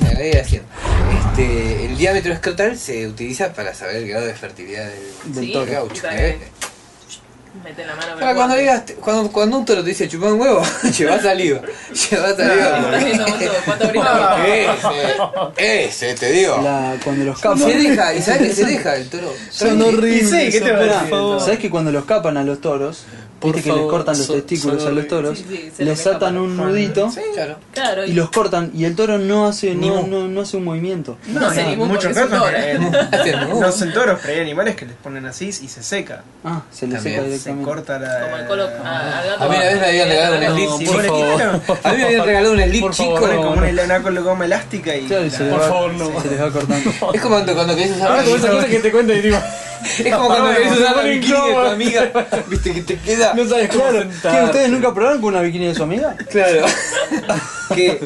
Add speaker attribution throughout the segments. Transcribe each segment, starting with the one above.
Speaker 1: me había haciendo. Este, el diámetro escrotal se utiliza para saber el grado de fertilidad del,
Speaker 2: Del
Speaker 1: del
Speaker 2: toro.
Speaker 1: gaucho.
Speaker 3: Para
Speaker 1: ¿eh?
Speaker 3: Mete la mano
Speaker 1: Para
Speaker 3: por el
Speaker 1: Ah, cuando
Speaker 3: guante.
Speaker 1: digas, cuando, cuando un toro te dice chupá un huevo, llevas saliva. Llevas
Speaker 3: Estás
Speaker 1: saliva.
Speaker 3: viendo vos todo, ¿Cuánto abrís la boca?
Speaker 1: Ese, ese, te digo.
Speaker 2: La- cuando los capan.
Speaker 1: Se deja, y sabes que se deja el toro.
Speaker 2: Son horribles.
Speaker 4: Sí, ¿qué
Speaker 2: son-
Speaker 4: te va a
Speaker 2: pará,
Speaker 4: decir, no?
Speaker 2: ¿Sabés que cuando los capan a los toros,
Speaker 4: Por
Speaker 2: viste que les
Speaker 4: favor,
Speaker 2: cortan los
Speaker 4: son-
Speaker 2: testículos
Speaker 4: son
Speaker 2: a los toros,
Speaker 3: Sí, sí, se
Speaker 2: les
Speaker 3: les escapan.
Speaker 2: atan un nudito
Speaker 1: Sí, claro.
Speaker 3: Claro,
Speaker 2: y los cortan y el toro no hace
Speaker 4: Ni
Speaker 2: no,
Speaker 4: mu.
Speaker 2: no- no hace un movimiento.
Speaker 3: No, no sé, ni vos,
Speaker 4: muchos
Speaker 3: porque es un toro.
Speaker 4: gatos, eh,
Speaker 1: Hace el
Speaker 4: no son toros, pero hay animales que les ponen así y se seca.
Speaker 2: Ah, se le
Speaker 1: También
Speaker 2: seca
Speaker 4: Se
Speaker 2: directamente.
Speaker 4: corta la.
Speaker 3: Como el colo ah, a- al gato.
Speaker 1: A mí una vez me habían regalado un
Speaker 2: No,
Speaker 1: slip
Speaker 2: por
Speaker 1: chico.
Speaker 2: favor.
Speaker 1: A mí me habían regalado un slip
Speaker 4: Por
Speaker 1: chico.
Speaker 4: favor, ponen como una, una col- goma elástica y.
Speaker 2: Claro, y
Speaker 4: la-
Speaker 2: se, le
Speaker 5: Por
Speaker 2: va,
Speaker 5: favor, no.
Speaker 2: se les va cortando.
Speaker 1: Es como cuando, cuando querés usar
Speaker 5: Ahora con esas cosas que te cuento y digo,
Speaker 1: Es como cuando querés usar la
Speaker 5: Ponen
Speaker 1: bikini de tu
Speaker 5: cómodo.
Speaker 1: amiga. Viste que te queda.
Speaker 5: no sabes cómo
Speaker 2: Claro, ¿qué,
Speaker 5: sentar.
Speaker 2: ¿Ustedes nunca probaron con una bikini de su amiga?
Speaker 1: Claro. que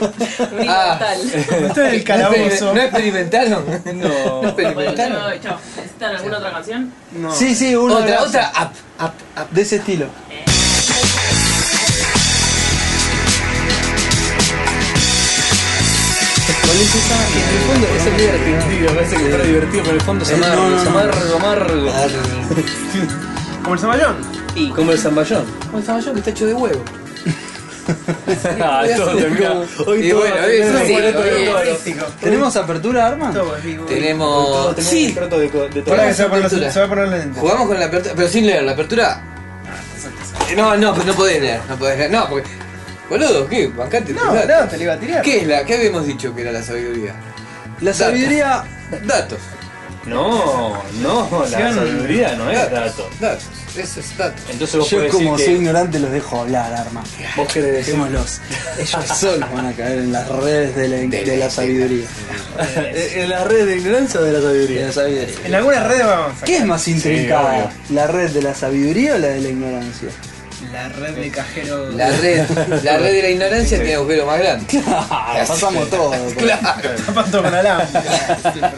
Speaker 1: Ah.
Speaker 3: tal.
Speaker 4: Esto es el
Speaker 1: ¿No,
Speaker 4: calabozo.
Speaker 1: experimentaron?
Speaker 5: No.
Speaker 1: ¿No
Speaker 3: Bueno, yo me
Speaker 1: experimentaron?
Speaker 3: voy, chao. ¿Necesitan alguna otra canción?
Speaker 4: No.
Speaker 2: Sí, sí, una
Speaker 1: Otra,
Speaker 2: era-
Speaker 1: otra, up, up, up.
Speaker 2: de ese estilo. ¿Cuál es esa? En el fondo
Speaker 5: Ese día era divertido, parece que fuera divertido, pero en el fondo es
Speaker 2: Eh, no,
Speaker 5: amargo,
Speaker 2: no,
Speaker 5: es
Speaker 2: no.
Speaker 5: amargo, amargo.
Speaker 4: Como el zapallón.
Speaker 5: Como el zamballón.
Speaker 1: Como el zapallón que está hecho de huevo.
Speaker 5: Ah, todo termina.
Speaker 1: Y
Speaker 5: todo
Speaker 1: bueno,
Speaker 5: va a tener
Speaker 1: eso
Speaker 5: un
Speaker 1: sí,
Speaker 5: boleto de
Speaker 1: hoy es-
Speaker 5: toro.
Speaker 2: ¿Tenemos apertura, Arma?
Speaker 4: Todo es vivo.
Speaker 1: Tenemos. Sí,
Speaker 5: trato de, de
Speaker 4: Ahora que se va a poner los-
Speaker 1: Cultura.
Speaker 4: se va a poner los lentes.
Speaker 1: jugamos con la apertura, pero sin leer la apertura. Eh, No, no, pues no podés leer, no podés leer. No, porque. Boludo, ¿qué? Bancate.
Speaker 4: No,
Speaker 1: tus datos.
Speaker 4: no, te lo iba a tirar.
Speaker 1: ¿Qué es la? ¿Qué habíamos dicho que era la sabiduría?
Speaker 2: La sabiduría.
Speaker 1: Datos.
Speaker 5: No, no, la sabiduría no es dato.
Speaker 1: Datos. Eso es datos.
Speaker 5: Entonces vos
Speaker 2: Yo,
Speaker 5: podés
Speaker 2: como soy
Speaker 5: decir
Speaker 2: ignorante, los dejo hablar, Arma.
Speaker 5: que vos querés decir
Speaker 2: Dejémoslos. Ellos solos van a caer en las redes de la, de la sabiduría.
Speaker 5: en la red de ignorancia o de la
Speaker 2: De la
Speaker 5: sabiduría.
Speaker 2: sabiduría.
Speaker 4: En algunas redes vamos a
Speaker 2: ¿Qué es más intrincada?
Speaker 5: obvio.
Speaker 2: ¿La red de la sabiduría o la de la ignorancia?
Speaker 4: La red de cajeros.
Speaker 1: La red, la red de la ignorancia tiene agujero más grande.
Speaker 5: Ah,
Speaker 2: Pasamos todo. por-
Speaker 1: Claro.
Speaker 4: Zapato con alambre.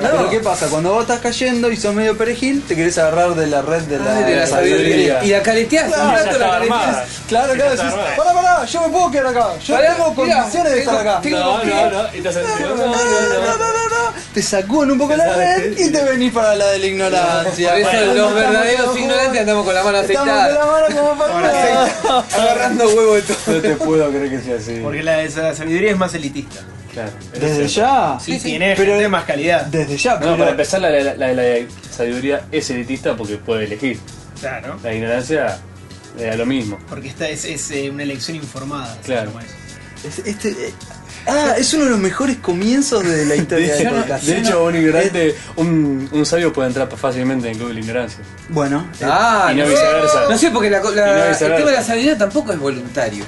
Speaker 2: Pero ¿qué pasa? Cuando vos estás cayendo y sos medio perejil, te querés agarrar de la red de la,
Speaker 5: Ah,
Speaker 1: De la sabiduría. Y la caleteás un
Speaker 2: Claro,
Speaker 1: rato, la
Speaker 5: armada.
Speaker 1: caleteás.
Speaker 2: Claro, claro, decís, pará, pará, yo me puedo quedar acá. Yo
Speaker 1: Pará,
Speaker 2: tengo
Speaker 1: mirá,
Speaker 2: condiciones de
Speaker 1: tengo-
Speaker 2: estar acá.
Speaker 1: tengo-
Speaker 5: No, no, no. y te haces- no, no, no, no.
Speaker 2: Te sacuden un poco la red y te venís para la de la ignorancia.
Speaker 1: Por eso
Speaker 2: Bueno,
Speaker 1: los
Speaker 2: estamos
Speaker 1: verdaderos
Speaker 2: todos
Speaker 1: ignorantes andamos con la mano
Speaker 2: juntos, Estamos con la
Speaker 1: aceitada.
Speaker 2: mano como para
Speaker 1: Agarrando huevo de todo.
Speaker 5: No te puedo creer que sea así.
Speaker 4: Porque la de la sabiduría es más elitista.
Speaker 5: Claro.
Speaker 2: Desde ya.
Speaker 4: Sí,
Speaker 1: sí,
Speaker 4: tiene
Speaker 2: pero-
Speaker 4: gente de más calidad.
Speaker 2: Desde ya,
Speaker 5: No,
Speaker 2: pero-
Speaker 5: para empezar, la, la, la- la sabiduría es elitista porque puede elegir.
Speaker 4: Claro.
Speaker 5: La ignorancia le da lo mismo.
Speaker 4: Porque esta es, es, eh, una elección informada. se
Speaker 5: Claro.
Speaker 4: llama eso.
Speaker 2: Es- Este, eh, ah, es uno de los mejores comienzos de la historia del podcast.
Speaker 5: de hecho, un ignorante, un, un sabio puede entrar fácilmente en el club de la ignorancia.
Speaker 2: Bueno, eh,
Speaker 1: Ah,
Speaker 5: Y no
Speaker 1: no,
Speaker 5: viceversa.
Speaker 1: no sé, porque la, co- la-
Speaker 5: Y no
Speaker 1: el
Speaker 5: viceversa.
Speaker 1: tema de la sabiduría tampoco es voluntario.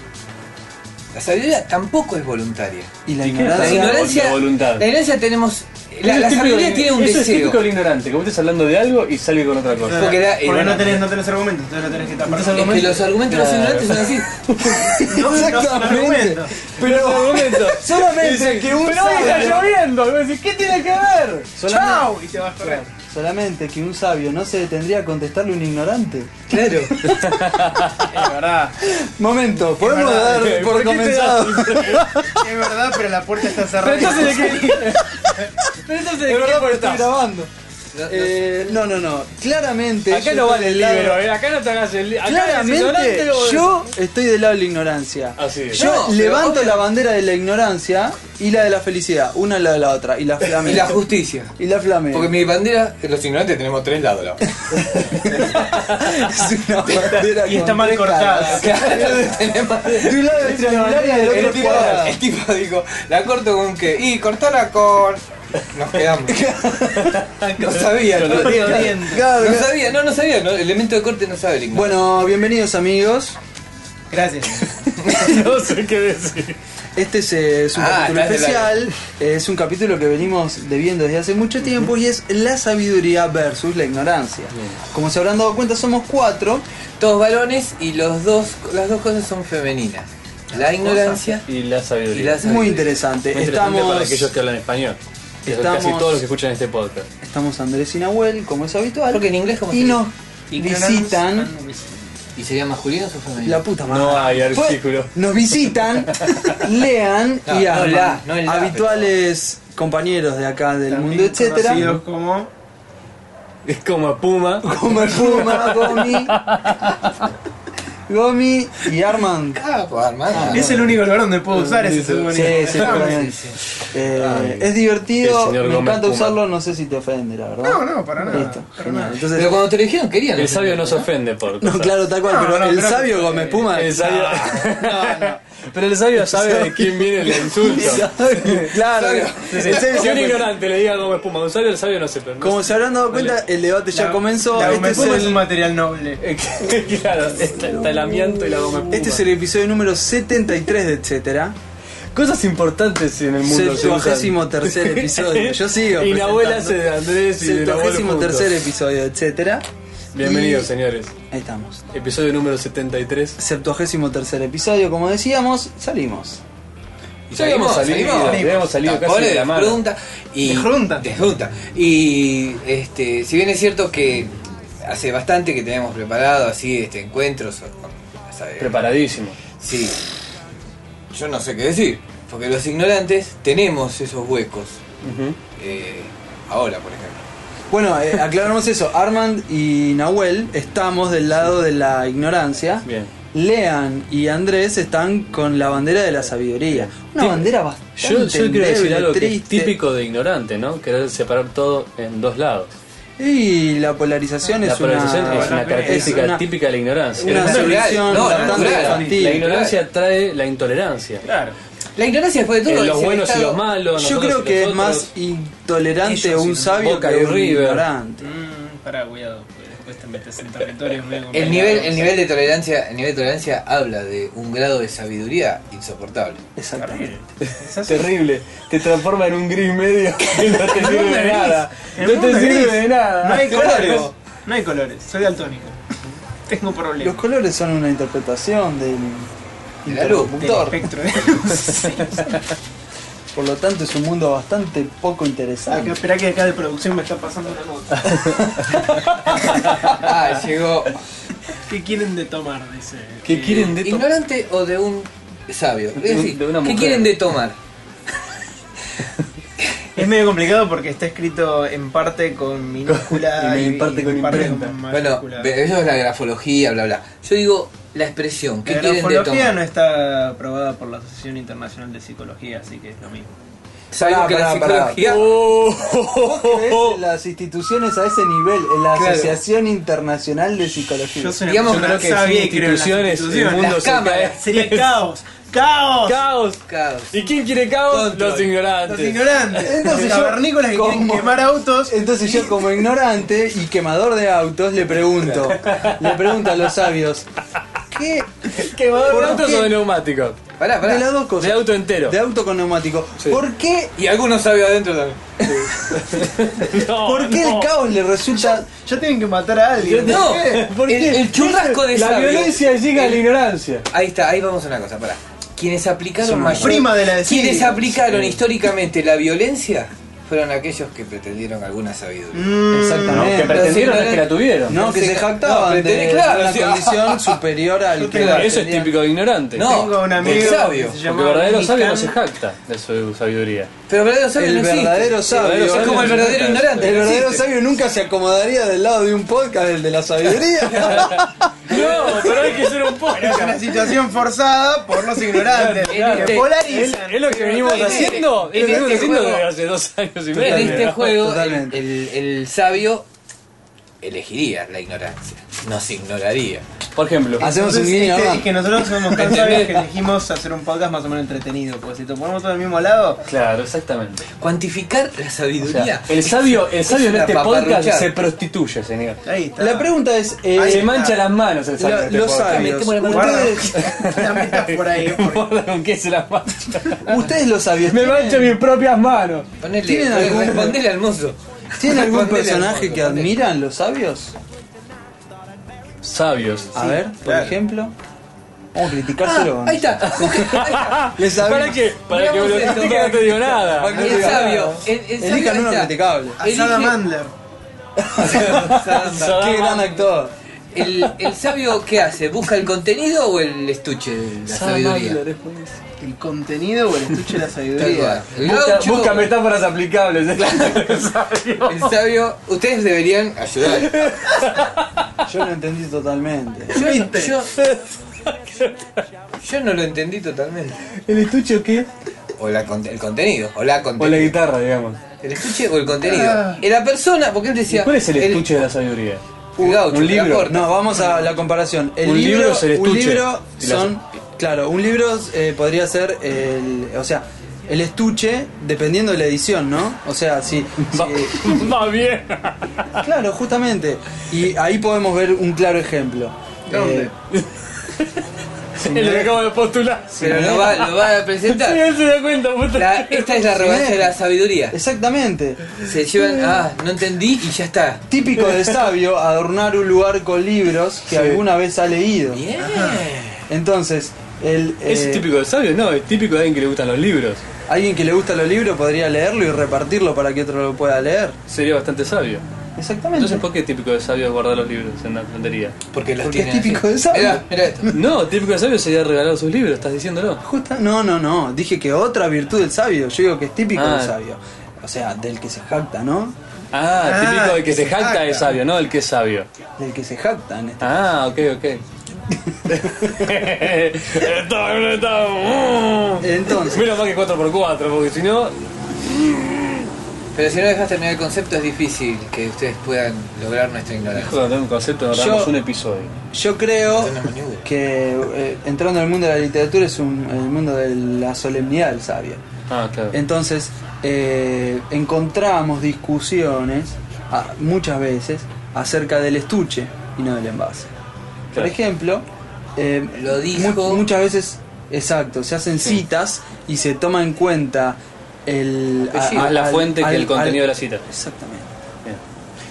Speaker 1: La sabiduría tampoco es voluntaria.
Speaker 2: eh, y la
Speaker 5: ¿Y qué
Speaker 1: La
Speaker 5: Claro,
Speaker 2: ignorancia.
Speaker 1: ignorancia,
Speaker 5: la voluntad.
Speaker 1: la ignorancia tenemos.
Speaker 5: Eso
Speaker 1: La,
Speaker 5: es
Speaker 1: la
Speaker 5: típico
Speaker 1: sabiduría
Speaker 5: del-
Speaker 1: tiene un
Speaker 5: eso Es
Speaker 1: deseo.
Speaker 5: típico del ignorante, que vos estás hablando de algo y sale con otra cosa.
Speaker 1: Porque la-
Speaker 4: Porque
Speaker 1: eh,
Speaker 4: no tenés, no tenés argumentos, entonces lo tenés que tapar.
Speaker 5: Entonces,
Speaker 1: Es que los argumentos de los
Speaker 5: Claro.
Speaker 1: ignorantes son así.
Speaker 4: No, no son argumentos.
Speaker 2: Pero solamente que un sabio,
Speaker 5: lloviendo. ¿Qué tiene que ver? Solamente,
Speaker 4: ¡Chao! Y te vas a correr.
Speaker 2: solamente que un sabio no se detendría a contestarle a un ignorante.
Speaker 1: Claro.
Speaker 4: Es verdad.
Speaker 2: Momento, podemos dar
Speaker 4: verdad.
Speaker 2: por
Speaker 5: ¿Por qué te
Speaker 2: comenzado.
Speaker 4: Es verdad, pero la puerta está cerrada.
Speaker 2: Es verdad porque estoy grabando.
Speaker 1: No, no.
Speaker 2: Eh, no, no, no. Claramente.
Speaker 5: acá
Speaker 2: yo
Speaker 5: no
Speaker 2: estoy
Speaker 5: vale el
Speaker 2: del lado-
Speaker 5: libro, eh, acá no te hagas el libro.
Speaker 2: Claramente yo estoy del lado de la ignorancia.
Speaker 5: Así es.
Speaker 2: Yo
Speaker 1: No,
Speaker 2: levanto
Speaker 1: pero obvio-
Speaker 2: la bandera de la ignorancia y la de la felicidad, una la de la otra, y la
Speaker 1: Y
Speaker 2: flamea.
Speaker 1: la justicia.
Speaker 2: Y la flamea.
Speaker 1: Eh, Porque mi bandera, los ignorantes tenemos tres lados. la-
Speaker 2: es una bandera
Speaker 4: Y está
Speaker 2: con
Speaker 4: mal
Speaker 2: tres
Speaker 4: cortada.
Speaker 2: caras.
Speaker 1: Claro, tenemos-
Speaker 2: De un lado es triangular y del
Speaker 1: El
Speaker 2: otro
Speaker 1: tipo,
Speaker 2: cuadrada.
Speaker 1: el tipo dijo, la corto con qué. Y cortala con. Nos quedamos. No sabía, no,
Speaker 4: Lo digo bien.
Speaker 2: Claro,
Speaker 1: no
Speaker 2: claro.
Speaker 1: sabía, no, no sabía. no, el elemento de corte no sabe el ignorante.
Speaker 2: Bueno, bienvenidos amigos.
Speaker 4: Gracias.
Speaker 5: no sé qué decir.
Speaker 2: Este es, eh, es un
Speaker 1: Ah,
Speaker 2: capítulo
Speaker 1: estás de la-
Speaker 2: especial. Es un capítulo que venimos debiendo desde hace mucho tiempo y es la sabiduría versus la ignorancia. Como se habrán dado cuenta, somos cuatro.
Speaker 1: Todos varones y los dos, las dos cosas son femeninas. La ignorancia
Speaker 5: Y la sabiduría.
Speaker 1: y la sabiduría.
Speaker 2: Muy interesante.
Speaker 5: Muy interesante
Speaker 2: estamos,
Speaker 5: para aquellos que hablan español. Que son
Speaker 2: Estamos-
Speaker 5: casi todos los que escuchan este podcast.
Speaker 2: estamos Andrés y Nahuel, como es habitual.
Speaker 1: Porque en inglés, ¿cómo
Speaker 2: y
Speaker 1: se
Speaker 2: nos
Speaker 4: Ignorance
Speaker 2: visitan.
Speaker 4: and wisdom.
Speaker 1: ¿Y serían masculinos o
Speaker 2: La
Speaker 1: femeninos?
Speaker 2: puta madre.
Speaker 5: No hay
Speaker 2: Fue-
Speaker 5: artículo.
Speaker 2: Nos visitan, lean
Speaker 1: No,
Speaker 2: y
Speaker 1: no
Speaker 2: hablan.
Speaker 1: la, no el la,
Speaker 2: habituales compañeros de acá del
Speaker 4: También
Speaker 2: mundo, etcétera.
Speaker 4: Conocidos como.
Speaker 5: Es como Puma.
Speaker 2: Como el Puma, Gomi. Gomi y Armand.
Speaker 1: Capo, Ah, pues, hermano.
Speaker 4: Es el único lugar donde puedo usar ese seudónimo.
Speaker 2: Ah, Sí, sí, totalmente. Eh,
Speaker 5: Ay,
Speaker 2: es
Speaker 5: el
Speaker 2: divertido, me
Speaker 5: señor Gómez
Speaker 2: encanta
Speaker 5: Puma.
Speaker 2: usarlo, no sé si te ofende, la verdad.
Speaker 4: No, no, para nada.
Speaker 2: Listo,
Speaker 4: para
Speaker 2: genial.
Speaker 4: nada.
Speaker 2: Entonces,
Speaker 1: Pero cuando te eligieron querían.
Speaker 5: El sabio no se ofende por
Speaker 2: no,
Speaker 5: cosas.
Speaker 2: claro, tal cual,
Speaker 4: No,
Speaker 2: pero
Speaker 4: no,
Speaker 2: el
Speaker 4: creo
Speaker 2: sabio Gómez Puma.
Speaker 5: El sabio. Pero el sabio sabe de quién viene el insulto.
Speaker 2: claro, el sabio
Speaker 5: Si un
Speaker 2: siempre-
Speaker 5: ignorante le diga como espuma, un sabio el sabio no se permite.
Speaker 2: Como se habrán dado cuenta, el debate ya
Speaker 4: La-
Speaker 2: comenzó.
Speaker 4: La
Speaker 2: este, es
Speaker 4: Gomepuma es un
Speaker 2: el,
Speaker 4: material noble.
Speaker 5: Eh, claro, está, está el amianto y la goma espuma.
Speaker 2: este es el episodio número 73 de etcétera.
Speaker 5: Cosas importantes en el mundo. se usan.
Speaker 2: 73 episodio. Yo sigo.
Speaker 5: Y la abuela hace
Speaker 2: presentando.
Speaker 5: de Andrés y del abuelo
Speaker 2: 73
Speaker 5: juntos.
Speaker 2: episodio, etcétera.
Speaker 5: Bienvenidos,
Speaker 2: Y-
Speaker 5: señores.
Speaker 2: Ahí estamos.
Speaker 5: Episodio número 73.
Speaker 2: 73 episodio, como decíamos, salimos.
Speaker 5: Y debemos salir, habíamos salido casi de la mano.
Speaker 1: Pregunta y,
Speaker 4: De junta.
Speaker 1: de junta. Y este, si bien es cierto que hace bastante que teníamos preparado así este encuentros o- o- ¿sabes?
Speaker 5: Preparadísimo.
Speaker 1: Sí. Yo no sé qué decir, porque los ignorantes tenemos esos huecos. eh, ahora, por ejemplo.
Speaker 2: Bueno, eh, aclaramos eso. Armand y Nahuel estamos del lado de la ignorancia.
Speaker 5: Bien.
Speaker 2: Lean y Andrés están con la bandera de la sabiduría. Una
Speaker 5: Tip-
Speaker 2: bandera bastante
Speaker 5: Yo, yo quiero decir
Speaker 2: endeble,
Speaker 5: algo que es
Speaker 2: triste.
Speaker 5: típico de ignorante, ¿no? Querer separar todo en dos lados.
Speaker 2: Y la polarización
Speaker 5: La
Speaker 2: es una...
Speaker 5: polarización es una
Speaker 4: es
Speaker 5: característica
Speaker 2: una-
Speaker 5: típica de la ignorancia.
Speaker 2: una
Speaker 1: Es natural,
Speaker 2: solución
Speaker 1: no,
Speaker 2: bastante
Speaker 1: natural.
Speaker 2: infantil.
Speaker 5: La ignorancia trae la intolerancia.
Speaker 4: Claro.
Speaker 1: La ignorancia después de
Speaker 5: Eh,
Speaker 1: todo
Speaker 5: los
Speaker 1: es el
Speaker 5: buenos y
Speaker 1: estado-
Speaker 5: los malos.
Speaker 2: Yo
Speaker 5: nosotros
Speaker 2: creo
Speaker 5: y
Speaker 2: que es
Speaker 5: los otros.
Speaker 2: más intolerante
Speaker 4: Ellos y
Speaker 2: un
Speaker 4: los
Speaker 2: sabio
Speaker 5: Boca
Speaker 2: que
Speaker 5: y
Speaker 2: un
Speaker 5: River.
Speaker 2: ignorante.
Speaker 4: Mm, pará, cuidado. porque Después te metes en territorios medio
Speaker 1: El nivel,
Speaker 4: complicados.
Speaker 1: el nivel de tolerancia, el nivel de tolerancia habla de un grado de sabiduría insoportable.
Speaker 2: Exactamente.
Speaker 4: Quizás-
Speaker 5: Terrible, te transforma en un gris medio que no te
Speaker 4: En un
Speaker 5: sirve de
Speaker 4: gris,
Speaker 5: nada.
Speaker 4: en
Speaker 5: No
Speaker 4: un
Speaker 5: te
Speaker 4: gris.
Speaker 5: sirve de nada.
Speaker 4: No hay
Speaker 5: Claro.
Speaker 4: colores. No hay colores. Soy daltónico. Tengo
Speaker 2: Los
Speaker 4: problemas.
Speaker 2: colores son una interpretación del
Speaker 1: De la luz.
Speaker 4: Del
Speaker 2: interlocutor.
Speaker 4: espectro de luz.
Speaker 2: Por lo tanto, es un mundo bastante poco
Speaker 4: Acá,
Speaker 5: Ah,
Speaker 2: interesante.
Speaker 4: esperá que acá de producción me está pasando una nota.
Speaker 1: Ah, llegó.
Speaker 4: ¿Qué quieren de tomar? Dice. eh,
Speaker 5: ¿Qué quieren de tomar?
Speaker 1: ¿Ignorante o de un sabio? Es
Speaker 5: De un-
Speaker 1: decir,
Speaker 5: de una
Speaker 1: ¿qué
Speaker 5: mujer.
Speaker 1: quieren de tomar?
Speaker 4: Es medio complicado porque está escrito en parte con minúscula
Speaker 5: Y en parte con imprenta.
Speaker 1: Bueno,
Speaker 4: mayúscula.
Speaker 1: ve- eso es la grafología, bla, bla. Yo digo la expresión, ¿qué
Speaker 4: la
Speaker 1: quieren de
Speaker 4: grafología
Speaker 1: tomar?
Speaker 4: no está aprobada por la Asociación Internacional de Psicología, así que es lo mismo.
Speaker 1: Sabemos
Speaker 2: Pará,
Speaker 1: que la
Speaker 2: pará, pará.
Speaker 1: psicología...
Speaker 5: Oh.
Speaker 2: ¿Ves las instituciones a ese nivel? En la
Speaker 1: Claro.
Speaker 2: Asociación Internacional de Psicología.
Speaker 4: Yo soy una
Speaker 1: Digamos,
Speaker 5: Yo creo
Speaker 4: persona
Speaker 5: que sin
Speaker 4: sabia y creo en las
Speaker 5: instituciones el
Speaker 4: instituciones.
Speaker 5: mundo
Speaker 1: Las
Speaker 5: se
Speaker 1: cámaras.
Speaker 5: cae.
Speaker 4: Sería caos. ¡Caos!
Speaker 5: Caos.
Speaker 1: Caos.
Speaker 5: ¿Y quién quiere caos? Los ignorantes.
Speaker 4: Los ignorantes.
Speaker 2: Entonces
Speaker 4: los
Speaker 2: yo-
Speaker 4: cavernícolas que quieren
Speaker 2: ¿Cómo?
Speaker 4: quemar autos.
Speaker 2: Entonces yo como ignorante y quemador de autos le pregunto, le pregunto a los sabios, ¿qué?
Speaker 5: ¿Por
Speaker 2: ¿Por
Speaker 5: autos
Speaker 2: qué?
Speaker 5: o de neumáticos?
Speaker 1: Pará,
Speaker 2: De las
Speaker 1: pará.
Speaker 2: dos cosas.
Speaker 5: De auto entero.
Speaker 2: De auto con neumático.
Speaker 5: Sí.
Speaker 2: ¿Por qué,
Speaker 1: Y algunos sabios adentro también.
Speaker 5: No,
Speaker 2: ¿por qué
Speaker 5: no.
Speaker 2: el caos le resulta...
Speaker 4: Ya tienen que matar a alguien.
Speaker 1: No, Eh,
Speaker 5: ¿Por
Speaker 1: el,
Speaker 5: qué?
Speaker 1: el churrasco de
Speaker 5: La
Speaker 1: sabio.
Speaker 5: violencia llega a la
Speaker 1: El-
Speaker 5: ignorancia.
Speaker 1: Ahí está, ahí vamos a una cosa, pará. Quienes aplicaron
Speaker 4: una
Speaker 1: mayor-
Speaker 4: prima de la de
Speaker 1: Quienes
Speaker 4: Siria.
Speaker 1: aplicaron históricamente la violencia fueron aquellos que pretendieron alguna sabiduría.
Speaker 2: Mm.
Speaker 5: No, que
Speaker 2: Exactamente.
Speaker 5: pretendieron
Speaker 1: los
Speaker 5: es que la tuvieron.
Speaker 2: No, que se jactaban
Speaker 1: No,
Speaker 2: de
Speaker 1: pretendí- claro,
Speaker 2: una
Speaker 1: o sea,
Speaker 2: condición superior al que...
Speaker 4: tengo-
Speaker 5: Eso es
Speaker 2: pretendían.
Speaker 5: típico de ignorante.
Speaker 1: No,
Speaker 4: Tengo un amigo
Speaker 1: el sabio.
Speaker 4: que se
Speaker 5: Porque
Speaker 4: llama
Speaker 5: verdadero
Speaker 4: Nick
Speaker 5: sabio no
Speaker 4: Khan.
Speaker 5: se jacta de su sabiduría.
Speaker 1: Pero el verdadero sabio
Speaker 2: El
Speaker 1: no existe.
Speaker 2: verdadero sabio.
Speaker 1: Es como el verdadero ignorante.
Speaker 2: El
Speaker 1: no
Speaker 2: verdadero
Speaker 1: existe.
Speaker 2: sabio nunca se acomodaría del lado de un podcast, el de la sabiduría.
Speaker 5: No, pero hay que ser un poco.
Speaker 4: Es una situación forzada por los ignorantes.
Speaker 1: Claro.
Speaker 4: que
Speaker 5: Es,
Speaker 4: polarizan.
Speaker 5: es lo que venimos
Speaker 1: En este-
Speaker 5: haciendo, es lo que
Speaker 1: en
Speaker 5: venimos
Speaker 1: este
Speaker 5: haciendo
Speaker 1: juego-
Speaker 5: desde hace dos años y
Speaker 1: En
Speaker 5: medio.
Speaker 1: este juego el,
Speaker 2: Totalmente.
Speaker 1: el- el sabio elegiría la ignorancia. Nos ignoraría.
Speaker 5: Por ejemplo,
Speaker 2: Hacemos un
Speaker 4: Entonces,
Speaker 2: guiño,
Speaker 4: este,
Speaker 2: ¿no?
Speaker 4: es que nosotros somos tan sabios que elegimos hacer un podcast más o menos entretenido, porque si te ponemos todo al mismo lado,
Speaker 5: claro, exactamente.
Speaker 1: Cuantificar la
Speaker 5: O
Speaker 1: sabiduría.
Speaker 5: sea, el sabio, el sabio en
Speaker 1: una
Speaker 5: este podcast
Speaker 1: paparruchada.
Speaker 5: se prostituye, señor.
Speaker 4: ahí está.
Speaker 2: La pregunta es... eh,
Speaker 4: Ahí
Speaker 5: Se
Speaker 4: está.
Speaker 5: mancha las manos el sabio.
Speaker 2: la-
Speaker 5: en este
Speaker 2: los
Speaker 5: podcast.
Speaker 2: sabios,
Speaker 1: Metemos la mano.
Speaker 2: ustedes,
Speaker 4: la por ahí.
Speaker 5: Guarda con qué se las mancha.
Speaker 2: ustedes los sabios,
Speaker 5: Me mancho mis propias manos.
Speaker 1: Ponele,
Speaker 2: ¿Tienen
Speaker 1: ponele-
Speaker 2: algún-
Speaker 1: respondele al mozo.
Speaker 2: ¿tienen algún
Speaker 1: Respondele al
Speaker 2: personaje
Speaker 1: mozo,
Speaker 2: que
Speaker 1: respondele.
Speaker 2: admiran los sabios?
Speaker 5: Sabios.
Speaker 2: A ver, por
Speaker 4: claro.
Speaker 2: ejemplo. Vamos a criticárselo.
Speaker 1: Ah, ahí está.
Speaker 2: Les aviso.
Speaker 5: ¿Para qué? Para que me
Speaker 1: Veamos
Speaker 5: lo
Speaker 1: esto,
Speaker 5: critique,
Speaker 1: para
Speaker 5: no te digo nada.
Speaker 2: para
Speaker 1: El sabio. El, el sabio
Speaker 2: Elijan uno
Speaker 1: está.
Speaker 2: criticable.
Speaker 4: Asada Mandler.
Speaker 1: Elige-
Speaker 5: Sadam-
Speaker 2: Qué gran actor.
Speaker 1: el, el sabio qué hace? ¿Busca el contenido o el estuche de la sabiduría?
Speaker 5: Sandler, es buenísimo.
Speaker 4: El contenido o el estuche de la
Speaker 1: Tal
Speaker 4: sabiduría.
Speaker 1: cual. El
Speaker 5: Busca,
Speaker 1: gaucho-
Speaker 5: busca metáforas aplicables. ¿eh? Sabio.
Speaker 1: El sabio, ustedes deberían ayudar.
Speaker 2: Yo lo entendí totalmente.
Speaker 1: Yo, yo, yo no lo entendí totalmente.
Speaker 5: ¿El estuche o qué?
Speaker 1: O la con- el contenido, o la
Speaker 5: O la
Speaker 1: contenido.
Speaker 5: guitarra, digamos.
Speaker 1: el estuche o el contenido.
Speaker 4: Ah.
Speaker 1: Y la persona, porque él decía.
Speaker 5: ¿Cuál es el estuche de la sabiduría?
Speaker 1: el gaucho,
Speaker 5: Un
Speaker 1: la
Speaker 5: libro.
Speaker 1: puerta.
Speaker 2: No, vamos a la comparación. El
Speaker 5: Un libro
Speaker 2: libro,
Speaker 5: es el
Speaker 2: un
Speaker 5: estuche.
Speaker 2: libro
Speaker 5: Y la-
Speaker 2: son, claro, un libro eh, podría ser el, o sea, el estuche dependiendo de la edición, ¿no? O sea, si, si-
Speaker 5: Va bien.
Speaker 2: claro, justamente. Y ahí podemos ver un claro ejemplo.
Speaker 1: ¿Dónde?
Speaker 2: Eh,
Speaker 5: El que acabo de postular.
Speaker 1: Pero lo va, lo va a presentar.
Speaker 5: se da cuenta, puta.
Speaker 1: La- esta es la revancha de la sabiduría.
Speaker 2: exactamente.
Speaker 1: Se llevan, ah, no entendí y ya está.
Speaker 2: Típico de sabio adornar un lugar con libros que alguna vez ha leído.
Speaker 1: Bien.
Speaker 2: Entonces, el
Speaker 5: ¿Es
Speaker 2: eh,
Speaker 5: típico de sabio? No, es típico de alguien que le gustan los libros.
Speaker 2: alguien que le gusta los libros podría leerlo y repartirlo para que otro lo pueda leer.
Speaker 5: Sería bastante sabio.
Speaker 2: Exactamente.
Speaker 5: Entonces, ¿por qué es típico de sabio es guardar los libros en la estantería?
Speaker 1: Porque los
Speaker 2: Porque es
Speaker 1: tienen así.
Speaker 2: típico de sabio.
Speaker 1: Mirá, mirá esto.
Speaker 5: No, típico de sabio sería regalar sus libros, estás diciéndolo.
Speaker 2: Justa- no, no, no. Dije que otra virtud del sabio. Yo digo que es típico
Speaker 5: Ah.
Speaker 2: del sabio. O sea, del que se jacta, ¿no?
Speaker 5: Ah,
Speaker 4: Ah,
Speaker 5: típico del
Speaker 4: el
Speaker 5: que se jacta es sabio, no el que es sabio.
Speaker 2: Del que se jacta en este.
Speaker 5: Ah, ok, ok. Estaba, no estaba.
Speaker 2: Entonces.
Speaker 5: Menos mal que 4x4, porque si no.
Speaker 1: Pero si no dejas terminar el concepto es difícil que ustedes puedan lograr nuestra ignorancia.
Speaker 5: Joder, tengo un concepto, agarramos un episodio.
Speaker 2: Yo creo
Speaker 1: Una maniobra.
Speaker 2: que eh, entrando en el mundo de la literatura es un, el mundo de la solemnidad del sabio.
Speaker 5: Ah, claro.
Speaker 2: Entonces, eh, encontramos discusiones a- muchas veces acerca del estuche y no del envase. Por
Speaker 5: Claro.
Speaker 2: ejemplo, eh,
Speaker 1: Lo dijo-
Speaker 2: muchas veces, exacto, se hacen citas y se toma en cuenta el,
Speaker 1: Apellido.
Speaker 5: Más Ah, la fuente que
Speaker 2: al-
Speaker 5: el contenido
Speaker 2: al-
Speaker 5: de la cita.
Speaker 2: Exactamente.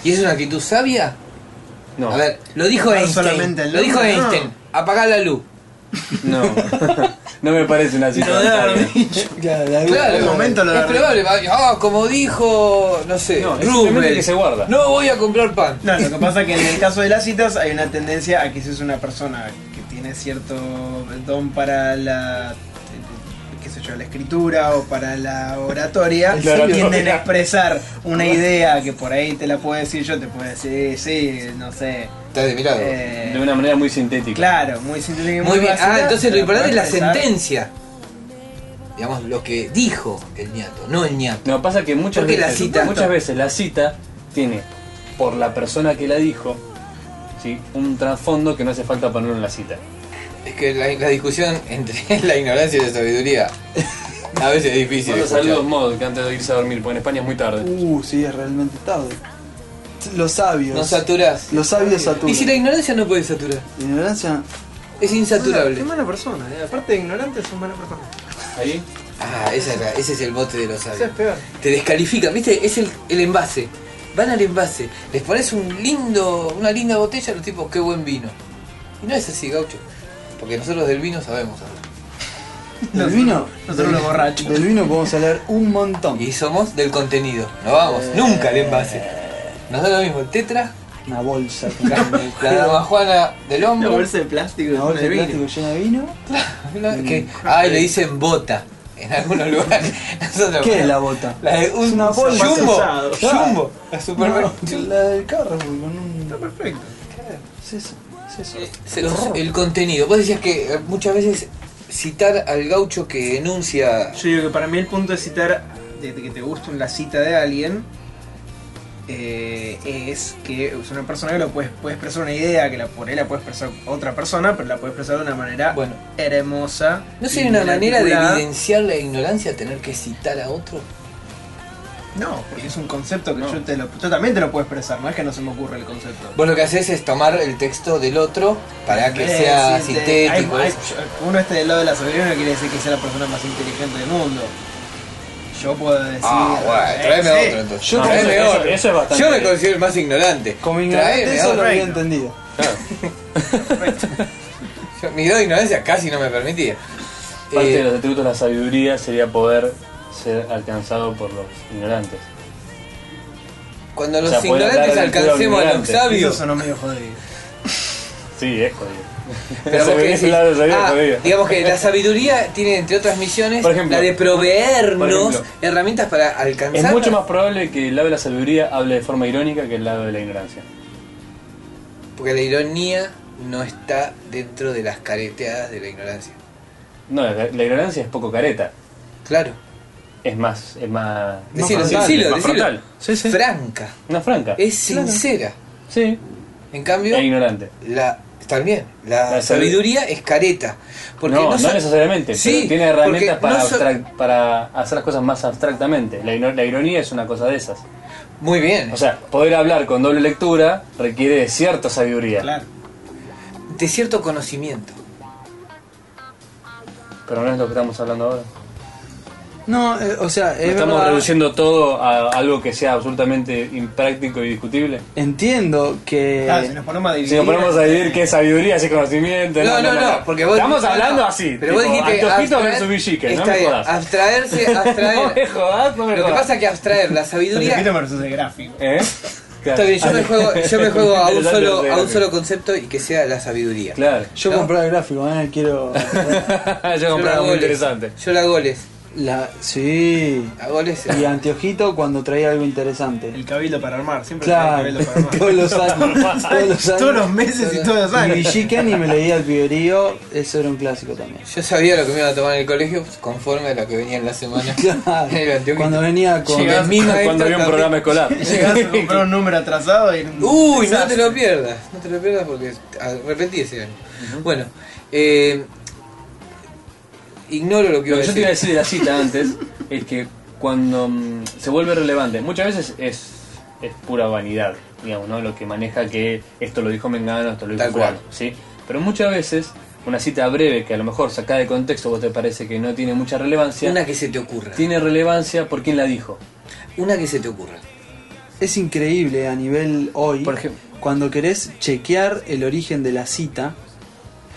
Speaker 1: ¿Y es una actitud sabia?
Speaker 5: No,
Speaker 1: A ver, lo dijo
Speaker 4: No
Speaker 1: Einstein.
Speaker 4: solamente el
Speaker 1: Lo dijo
Speaker 4: hombre,
Speaker 1: Einstein. Apagá la luz.
Speaker 5: no. no me parece una cita. de sabio.
Speaker 1: Claro,
Speaker 4: algún momento lo
Speaker 1: es
Speaker 4: agarré.
Speaker 1: probable. va- Ah, como dijo, no sé,
Speaker 5: No, es simplemente
Speaker 1: Rubén.
Speaker 5: que se guarda.
Speaker 1: No voy a comprar pan.
Speaker 4: No, lo que pasa es que en el caso de las citas hay una tendencia a que si es una persona que tiene cierto don para la qué sé yo, la escritura o para la oratoria,
Speaker 5: La oratoria.
Speaker 4: tienden a expresar una idea que por ahí te la puedo decir yo, te puedo decir, "Eh, sí, no sé.
Speaker 1: Estás de mi lado.
Speaker 4: eh,
Speaker 5: De una manera muy sintética.
Speaker 4: claro, muy simple.
Speaker 1: Muy bien.
Speaker 4: básica,
Speaker 1: Ah, entonces
Speaker 4: te
Speaker 1: lo importante es la
Speaker 4: puedo expresar.
Speaker 1: sentencia. Digamos, lo que dijo el ñato, no el ñato.
Speaker 5: No, pasa que muchas
Speaker 1: Porque
Speaker 5: veces,
Speaker 1: la cita-
Speaker 5: muchas veces la cita tiene, por la persona que la dijo, ¿sí? un trasfondo que no hace falta ponerlo en la cita.
Speaker 1: Es que la, la discusión entre la ignorancia y la sabiduría a veces es difícil.
Speaker 5: Mando
Speaker 1: escuchar.
Speaker 5: saludos modos que antes de irse a dormir, porque en España es muy tarde.
Speaker 2: Uh, sí, es realmente tarde. Los sabios.
Speaker 1: No saturás.
Speaker 2: los sabios saturan.
Speaker 1: Y si la ignorancia no puede saturar,
Speaker 2: La ignorancia
Speaker 1: es insaturable.
Speaker 4: Qué mala persona, eh, aparte de ignorante es una mala persona.
Speaker 5: Ahí,
Speaker 1: Ah, esa es la- ese es el bote de los
Speaker 4: Eso es
Speaker 1: sabios.
Speaker 4: peor.
Speaker 1: Te descalifican, ¿viste? Es el, el envase. Van al envase, les pones un lindo, una linda botella, los tipos, qué buen vino. Y no es así, gaucho. Porque nosotros del vino sabemos hablar.
Speaker 2: Del vino.
Speaker 4: Nosotros los borrachos.
Speaker 2: Del vino podemos hablar un montón.
Speaker 1: Y somos del contenido. No vamos, nunca al envase. Nos da lo mismo el tetra,
Speaker 2: Una bolsa. con
Speaker 1: la,
Speaker 2: un
Speaker 1: la
Speaker 2: agujero,
Speaker 1: dama Juana del
Speaker 4: Una
Speaker 1: hombro.
Speaker 4: bolsa de plástico,
Speaker 2: una bolsa de
Speaker 4: de vino.
Speaker 2: plástico llena de vino.
Speaker 1: No, que, ay, le dicen bota en algunos lugares. Nosotros-
Speaker 2: ¿Qué es la bota?
Speaker 1: La de un,
Speaker 2: Es una bolsa.
Speaker 1: Jumbo.
Speaker 4: Usado.
Speaker 1: Jumbo. La supermer-
Speaker 2: No, la del carro, güey, con
Speaker 4: Está
Speaker 2: un.
Speaker 4: perfecto.
Speaker 2: Es eso, es eso.
Speaker 1: Eh, Se- el contenido. Vos decías que eh, muchas veces citar al gaucho que enuncia.
Speaker 4: Yo digo que para mí el punto de citar, de de que te guste la cita de alguien, eh, es que es una persona que lo puede, puede expresar una idea, que la, por ahí la puede expresar otra persona, pero la puede expresar de una manera
Speaker 1: Bueno.
Speaker 4: hermosa.
Speaker 1: ¿No sería una
Speaker 4: bien
Speaker 1: manera de
Speaker 4: articulada.
Speaker 1: evidenciar la ignorancia tener que citar a otro?
Speaker 4: No, porque es un concepto que
Speaker 5: No.
Speaker 4: yo, te lo, yo también te lo puedo expresar, no es que no se me ocurre el concepto.
Speaker 1: Vos lo que haces es tomar el texto del otro para que
Speaker 4: Eh,
Speaker 1: sea
Speaker 4: sí, te- hay-
Speaker 1: sintético.
Speaker 4: hay-
Speaker 1: es-
Speaker 4: uno esté del lado de la sabiduría no quiere decir que sea la persona más inteligente del mundo. Yo puedo decir.
Speaker 1: Ah, bueno,
Speaker 4: eh,
Speaker 1: tráeme
Speaker 4: sí.
Speaker 1: otro entonces.
Speaker 2: Yo
Speaker 5: No,
Speaker 1: Tráeme
Speaker 5: eso- eso-
Speaker 1: otro.
Speaker 5: eso es bastante-
Speaker 1: Yo me considero el más ignorante.
Speaker 2: Como
Speaker 1: Tráeme
Speaker 2: ignorante, eso lo
Speaker 1: otro.
Speaker 2: había
Speaker 4: Correcto.
Speaker 2: entendido.
Speaker 5: claro.
Speaker 1: Yo- mi grado de ignorancia casi no me permitía.
Speaker 5: Parte
Speaker 1: Eh,
Speaker 5: de los atributos de la sabiduría sería poder ser alcanzado por los ignorantes.
Speaker 1: Cuando los
Speaker 5: sea, puede
Speaker 1: ignorantes
Speaker 5: hablar de altura
Speaker 1: alcancemos a los
Speaker 5: ignorante.
Speaker 4: Eso
Speaker 1: sabios.
Speaker 4: sonó medio jodido.
Speaker 5: Sí, es jodido.
Speaker 1: Pero
Speaker 5: Se
Speaker 1: vos
Speaker 5: ve
Speaker 1: qué
Speaker 5: que ese
Speaker 1: decís,
Speaker 5: lado de salir es
Speaker 1: ah,
Speaker 5: jodido.
Speaker 1: digamos que la sabiduría tiene entre otras misiones
Speaker 5: Por ejemplo.
Speaker 1: la de proveernos
Speaker 5: Por ejemplo.
Speaker 1: herramientas para alcanzar.
Speaker 5: Es mucho más probable que el lado de la sabiduría hable de forma irónica que el lado de la ignorancia.
Speaker 1: Porque la ironía no está dentro de las careteadas de la ignorancia.
Speaker 5: No, la, la ignorancia es poco careta.
Speaker 1: Claro.
Speaker 5: Es más. Es más.
Speaker 1: Decilo,
Speaker 5: frontal,
Speaker 1: decilo,
Speaker 5: más
Speaker 1: decilo.
Speaker 5: frontal.
Speaker 2: Sí, sí.
Speaker 1: Franca.
Speaker 5: Una franca.
Speaker 1: Es
Speaker 5: Claro.
Speaker 1: sincera.
Speaker 5: Sí.
Speaker 1: En cambio,
Speaker 5: E ignorante.
Speaker 1: la también la,
Speaker 5: La sabi-
Speaker 1: sabiduría es careta. Porque
Speaker 5: no,
Speaker 1: no,
Speaker 5: no,
Speaker 1: sa-
Speaker 5: necesariamente.
Speaker 1: Sí,
Speaker 5: pero tiene
Speaker 1: porque
Speaker 5: herramientas para,
Speaker 1: no so-
Speaker 5: abstract- para hacer las cosas más abstractamente. La, ino- la ironía es una cosa de esas.
Speaker 1: Muy bien.
Speaker 5: O sea, poder hablar con doble lectura requiere de cierta sabiduría.
Speaker 4: Claro.
Speaker 1: de cierto conocimiento.
Speaker 5: Pero no es lo que estamos hablando ahora.
Speaker 2: No, eh, o sea,
Speaker 5: ¿No
Speaker 2: es
Speaker 5: estamos
Speaker 2: verdad.
Speaker 5: reduciendo todo a algo que sea absolutamente impráctico y discutible.
Speaker 2: Entiendo que.
Speaker 4: Ah, si nos ponemos a dividir. este
Speaker 5: Si nos ponemos a dividir qué es sabiduría, qué es conocimiento.
Speaker 1: No, no, no, porque vos
Speaker 5: Estamos
Speaker 1: no, no,
Speaker 5: hablando
Speaker 1: no.
Speaker 5: así.
Speaker 1: Pero vos dijiste
Speaker 5: Antojitos
Speaker 1: abstraer-
Speaker 5: versus Villique, no
Speaker 1: está
Speaker 5: me
Speaker 1: bien,
Speaker 5: jodas.
Speaker 1: Abstraerse, abstraer.
Speaker 5: No me jodas, no me
Speaker 1: Lo que
Speaker 5: jodas.
Speaker 1: pasa es que abstraer la sabiduría.
Speaker 4: Antojito versus el gráfico.
Speaker 5: ¿Eh?
Speaker 1: Está bien, yo me juego, yo me juego a un
Speaker 5: Interesante
Speaker 1: solo,
Speaker 5: ese
Speaker 1: a un
Speaker 5: gráfico.
Speaker 1: solo concepto y que sea la sabiduría.
Speaker 5: Claro.
Speaker 2: Yo
Speaker 1: ¿No?
Speaker 2: compré el gráfico, eh, quiero.
Speaker 5: yo
Speaker 1: Yo
Speaker 5: compré
Speaker 1: la
Speaker 5: algo
Speaker 1: goles,
Speaker 5: muy interesante.
Speaker 1: Yo la goles.
Speaker 2: La. Sí.
Speaker 1: A goles. eh.
Speaker 2: Y anteojito cuando traía algo interesante.
Speaker 4: El cabildo para armar. Siempre
Speaker 2: Claro,
Speaker 4: está el cabildo para
Speaker 2: todos
Speaker 4: armar.
Speaker 2: los años. todos los años.
Speaker 4: Todos los meses y todos los
Speaker 2: Y
Speaker 4: años.
Speaker 2: Villiquen y me leía el piberío, eso era un clásico también.
Speaker 1: Yo sabía lo que me iba a tomar en el colegio conforme a lo que venía en la semana. El
Speaker 2: Claro,
Speaker 1: anteojito.
Speaker 2: cuando venía con.
Speaker 1: Llegaba- mi maestra
Speaker 5: cuando había un
Speaker 1: también.
Speaker 5: programa escolar.
Speaker 4: Llegás a comprar un número atrasado y.
Speaker 1: Uy, no te
Speaker 4: Desastre.
Speaker 1: lo pierdas, no te lo pierdas porque ah, repetí ese año. Bueno, eh, ignoro lo que iba
Speaker 5: Lo que
Speaker 1: a
Speaker 5: yo te iba a
Speaker 1: decir.
Speaker 5: decir de la cita antes es que cuando mm, se vuelve relevante, muchas veces es, es pura vanidad, digamos, ¿no? Lo que maneja que esto lo dijo Mengano, esto lo dijo
Speaker 1: Tal cual.
Speaker 5: Fulano, ¿sí? Pero muchas veces una cita breve que a lo mejor sacada de contexto vos te parece que no tiene mucha relevancia,
Speaker 1: Una que se te ocurra,
Speaker 5: tiene relevancia por quién la dijo.
Speaker 1: una que se te ocurra.
Speaker 2: Es increíble a nivel hoy.
Speaker 5: Por ejemplo.
Speaker 2: Cuando querés chequear el origen de la cita,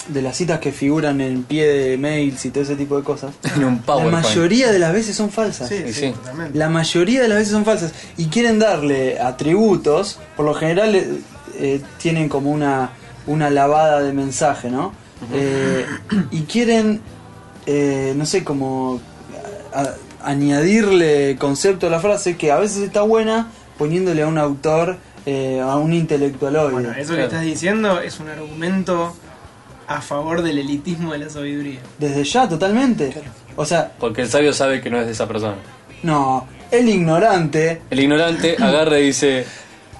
Speaker 2: de las citas que figuran en pie de mails y todo ese tipo de cosas,
Speaker 5: En un
Speaker 2: la
Speaker 5: PowerPoint.
Speaker 2: mayoría de las veces son falsas.
Speaker 4: Sí,
Speaker 5: Y
Speaker 4: sí,
Speaker 5: sí.
Speaker 4: totalmente.
Speaker 2: La mayoría de las veces son falsas. Y quieren darle atributos, por lo general eh, eh, tienen como una, una lavada de mensaje, ¿no? Eh, y quieren, eh, no sé, como a- añadirle concepto a la frase que a veces está buena poniéndole a un autor, eh, a un intelectual
Speaker 4: Bueno, eso
Speaker 5: Claro.
Speaker 4: que estás diciendo es un argumento a favor del elitismo de la sabiduría.
Speaker 2: Desde ya, totalmente. O sea,
Speaker 5: Porque el sabio sabe que no es de esa persona.
Speaker 2: no, el ignorante
Speaker 5: El ignorante agarra y dice,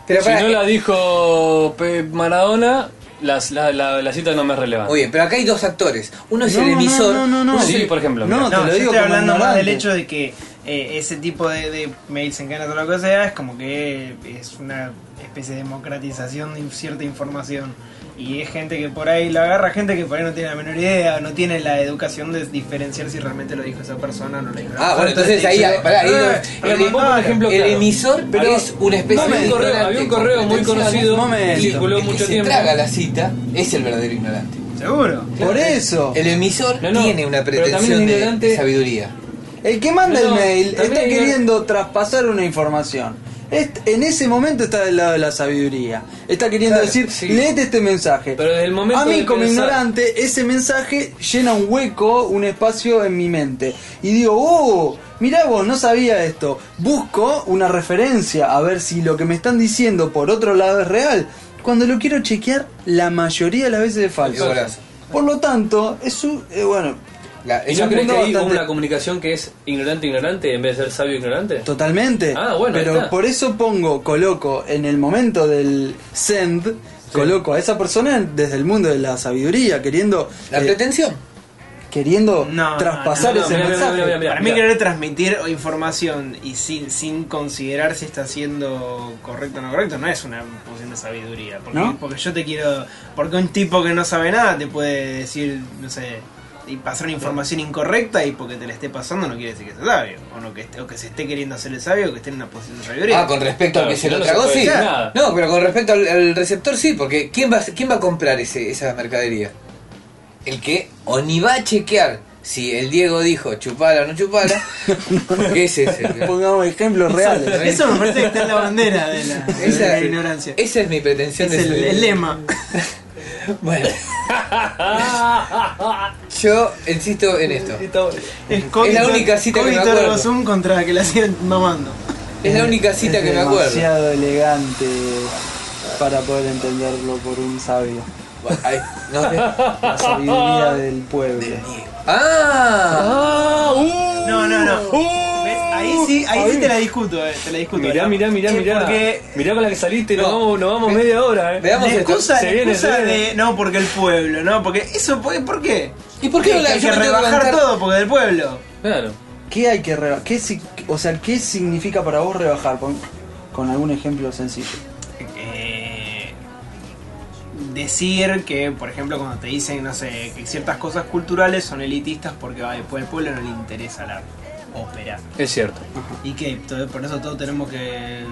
Speaker 1: Pero
Speaker 5: si
Speaker 1: pará,
Speaker 5: no
Speaker 1: eh,
Speaker 5: la dijo Pe- Maradona, las- la, la- la cita no me es relevante.
Speaker 1: Oye, pero acá hay dos actores. Uno es
Speaker 2: No,
Speaker 1: el
Speaker 2: no,
Speaker 1: emisor.
Speaker 2: no, no, no.
Speaker 1: uno es
Speaker 5: Sí,
Speaker 1: el-
Speaker 5: por ejemplo.
Speaker 2: No,
Speaker 5: mira.
Speaker 2: te
Speaker 4: No,
Speaker 2: lo
Speaker 4: yo
Speaker 2: digo
Speaker 4: estoy
Speaker 2: como
Speaker 4: hablando más
Speaker 2: ignorante.
Speaker 4: del hecho de que eh, ese tipo de, de mails en cana, todo lo que sea, es como que eh, es una especie de democratización de cierta información. Y es gente que por ahí la agarra, gente que por ahí no tiene la menor idea, no tiene la educación de diferenciar si realmente lo dijo esa persona o no lo dijo.
Speaker 1: Ah, bueno, entonces ahí,
Speaker 4: dice,
Speaker 1: pará, ahí
Speaker 4: "Eh,
Speaker 1: no-
Speaker 5: pero
Speaker 1: el,
Speaker 5: pongo un ejemplo
Speaker 1: el
Speaker 5: claro.
Speaker 1: emisor
Speaker 5: Pero
Speaker 1: es una especie
Speaker 5: había
Speaker 1: de
Speaker 5: un correo-
Speaker 1: ignorante
Speaker 5: había un
Speaker 1: con
Speaker 5: correo muy
Speaker 1: pretensiones.
Speaker 5: conocido,
Speaker 2: Momento.
Speaker 5: circuló
Speaker 1: el que
Speaker 5: mucho
Speaker 1: se
Speaker 5: tiempo.
Speaker 1: traga la cita es el verdadero ignorante.
Speaker 4: Seguro.
Speaker 2: Por eso.
Speaker 1: El emisor
Speaker 5: No, no,
Speaker 1: tiene una
Speaker 5: pero también el
Speaker 1: pretensión de- de
Speaker 5: ignorante-
Speaker 1: sabiduría.
Speaker 2: El que manda
Speaker 5: No,
Speaker 2: el mail
Speaker 5: también
Speaker 2: está
Speaker 5: hay-
Speaker 2: queriendo traspasar una información. Est- en ese momento está del lado de la sabiduría. Está queriendo
Speaker 1: Claro,
Speaker 2: decir,
Speaker 5: sí.
Speaker 2: leete este mensaje.
Speaker 5: Pero desde el momento
Speaker 2: a mí
Speaker 5: de
Speaker 2: como
Speaker 5: pensar-
Speaker 2: ignorante, ese mensaje llena un hueco, un espacio en mi mente. Y digo, oh, mirá vos, no sabía esto. Busco una referencia a ver si lo que me están diciendo por otro lado es real. Cuando lo quiero chequear, la mayoría de las veces es falso.
Speaker 1: golazo.
Speaker 2: Por lo tanto, es un... eh, bueno,
Speaker 1: La-
Speaker 5: ¿Y
Speaker 1: es
Speaker 5: no
Speaker 1: un
Speaker 5: crees que
Speaker 1: mundo
Speaker 5: hay
Speaker 2: bastante-
Speaker 5: una comunicación que es ignorante-ignorante en vez de ser sabio-ignorante?
Speaker 2: Totalmente.
Speaker 5: Ah, bueno, ahí
Speaker 2: Pero
Speaker 5: está.
Speaker 2: por eso pongo, coloco en el momento del send, coloco a esa persona en- desde el mundo de la sabiduría, queriendo
Speaker 1: La
Speaker 2: eh,
Speaker 1: pretensión.
Speaker 2: queriendo
Speaker 4: No,
Speaker 2: traspasar
Speaker 4: no, no,
Speaker 2: ese
Speaker 5: mirá, mirá,
Speaker 2: mensaje.
Speaker 5: mirá, mirá, mirá.
Speaker 4: Para mí querer transmitir información y sin, sin considerar si está siendo correcto o no correcto no es una posición de sabiduría. Porque,
Speaker 2: ¿No?
Speaker 4: porque yo te quiero... Porque un tipo que no sabe nada te puede decir, no sé, y pasar una información incorrecta y porque te la esté pasando no quiere decir que sea sabio. O, no que, esté- o que se esté queriendo hacer el sabio o que esté en una posición de sabiduría.
Speaker 1: Ah, con respecto
Speaker 5: Claro,
Speaker 1: a que se
Speaker 5: si no,
Speaker 1: lo
Speaker 5: no se
Speaker 1: tragó,
Speaker 5: puede
Speaker 1: sí.
Speaker 5: decir nada.
Speaker 1: No, pero con respecto al, al receptor, sí, porque ¿quién va, a- ¿quién va a comprar ese, esa mercadería? El que o ni va a chequear si el Diego dijo chupala o no chupala, porque ese es el que-
Speaker 2: Pongamos ejemplos reales.
Speaker 4: Eso me parece que está en la bandera de la, de
Speaker 1: esa,
Speaker 4: la ignorancia.
Speaker 1: Esa es mi pretensión
Speaker 4: Es el,
Speaker 1: ser-
Speaker 4: el lema.
Speaker 1: Bueno, yo insisto en esto.
Speaker 4: Es, COVID
Speaker 1: Es la única cita que me
Speaker 4: COVID
Speaker 1: acuerdo.
Speaker 4: Zoom contra que la hacían mamando.
Speaker 1: Es la única cita
Speaker 2: Es
Speaker 1: que me acuerdo.
Speaker 2: Demasiado elegante para poder entenderlo por un sabio.
Speaker 1: Bueno, ahí, no sé.
Speaker 2: La sabiduría del pueblo.
Speaker 1: Ah,
Speaker 4: No, no, no. ¿Ves? Ahí sí, ahí sí te la discuto, eh, te la discuto.
Speaker 5: Uh. Mirá, mirá,
Speaker 4: ¿verdad?
Speaker 5: mirá,
Speaker 4: Sí,
Speaker 5: mirá.
Speaker 4: Porque
Speaker 5: Mirá con la que saliste, nos
Speaker 1: No.
Speaker 5: vamos, nos vamos media hora, eh.
Speaker 1: veamos
Speaker 4: la
Speaker 1: esto.
Speaker 4: excusa,
Speaker 5: se
Speaker 4: la
Speaker 5: viene,
Speaker 4: excusa
Speaker 5: se viene.
Speaker 4: de no, porque el pueblo, no, porque eso, ¿por qué? ¿Por qué?
Speaker 1: ¿Y por qué no
Speaker 4: Que
Speaker 1: la
Speaker 4: hay
Speaker 1: yo
Speaker 4: que
Speaker 1: me tengo
Speaker 4: rebajar
Speaker 1: levantar?
Speaker 4: todo porque del pueblo?
Speaker 5: Claro.
Speaker 2: ¿Qué hay que rebajar? ¿Qué, si- o sea, ¿qué significa para vos rebajar? Pon- con algún ejemplo sencillo.
Speaker 4: Eh, decir que, por ejemplo, cuando te dicen, no sé, que ciertas cosas culturales son elitistas porque va después al pueblo no le interesa la ópera.
Speaker 5: Es cierto.
Speaker 4: Y que todo- por eso todos tenemos que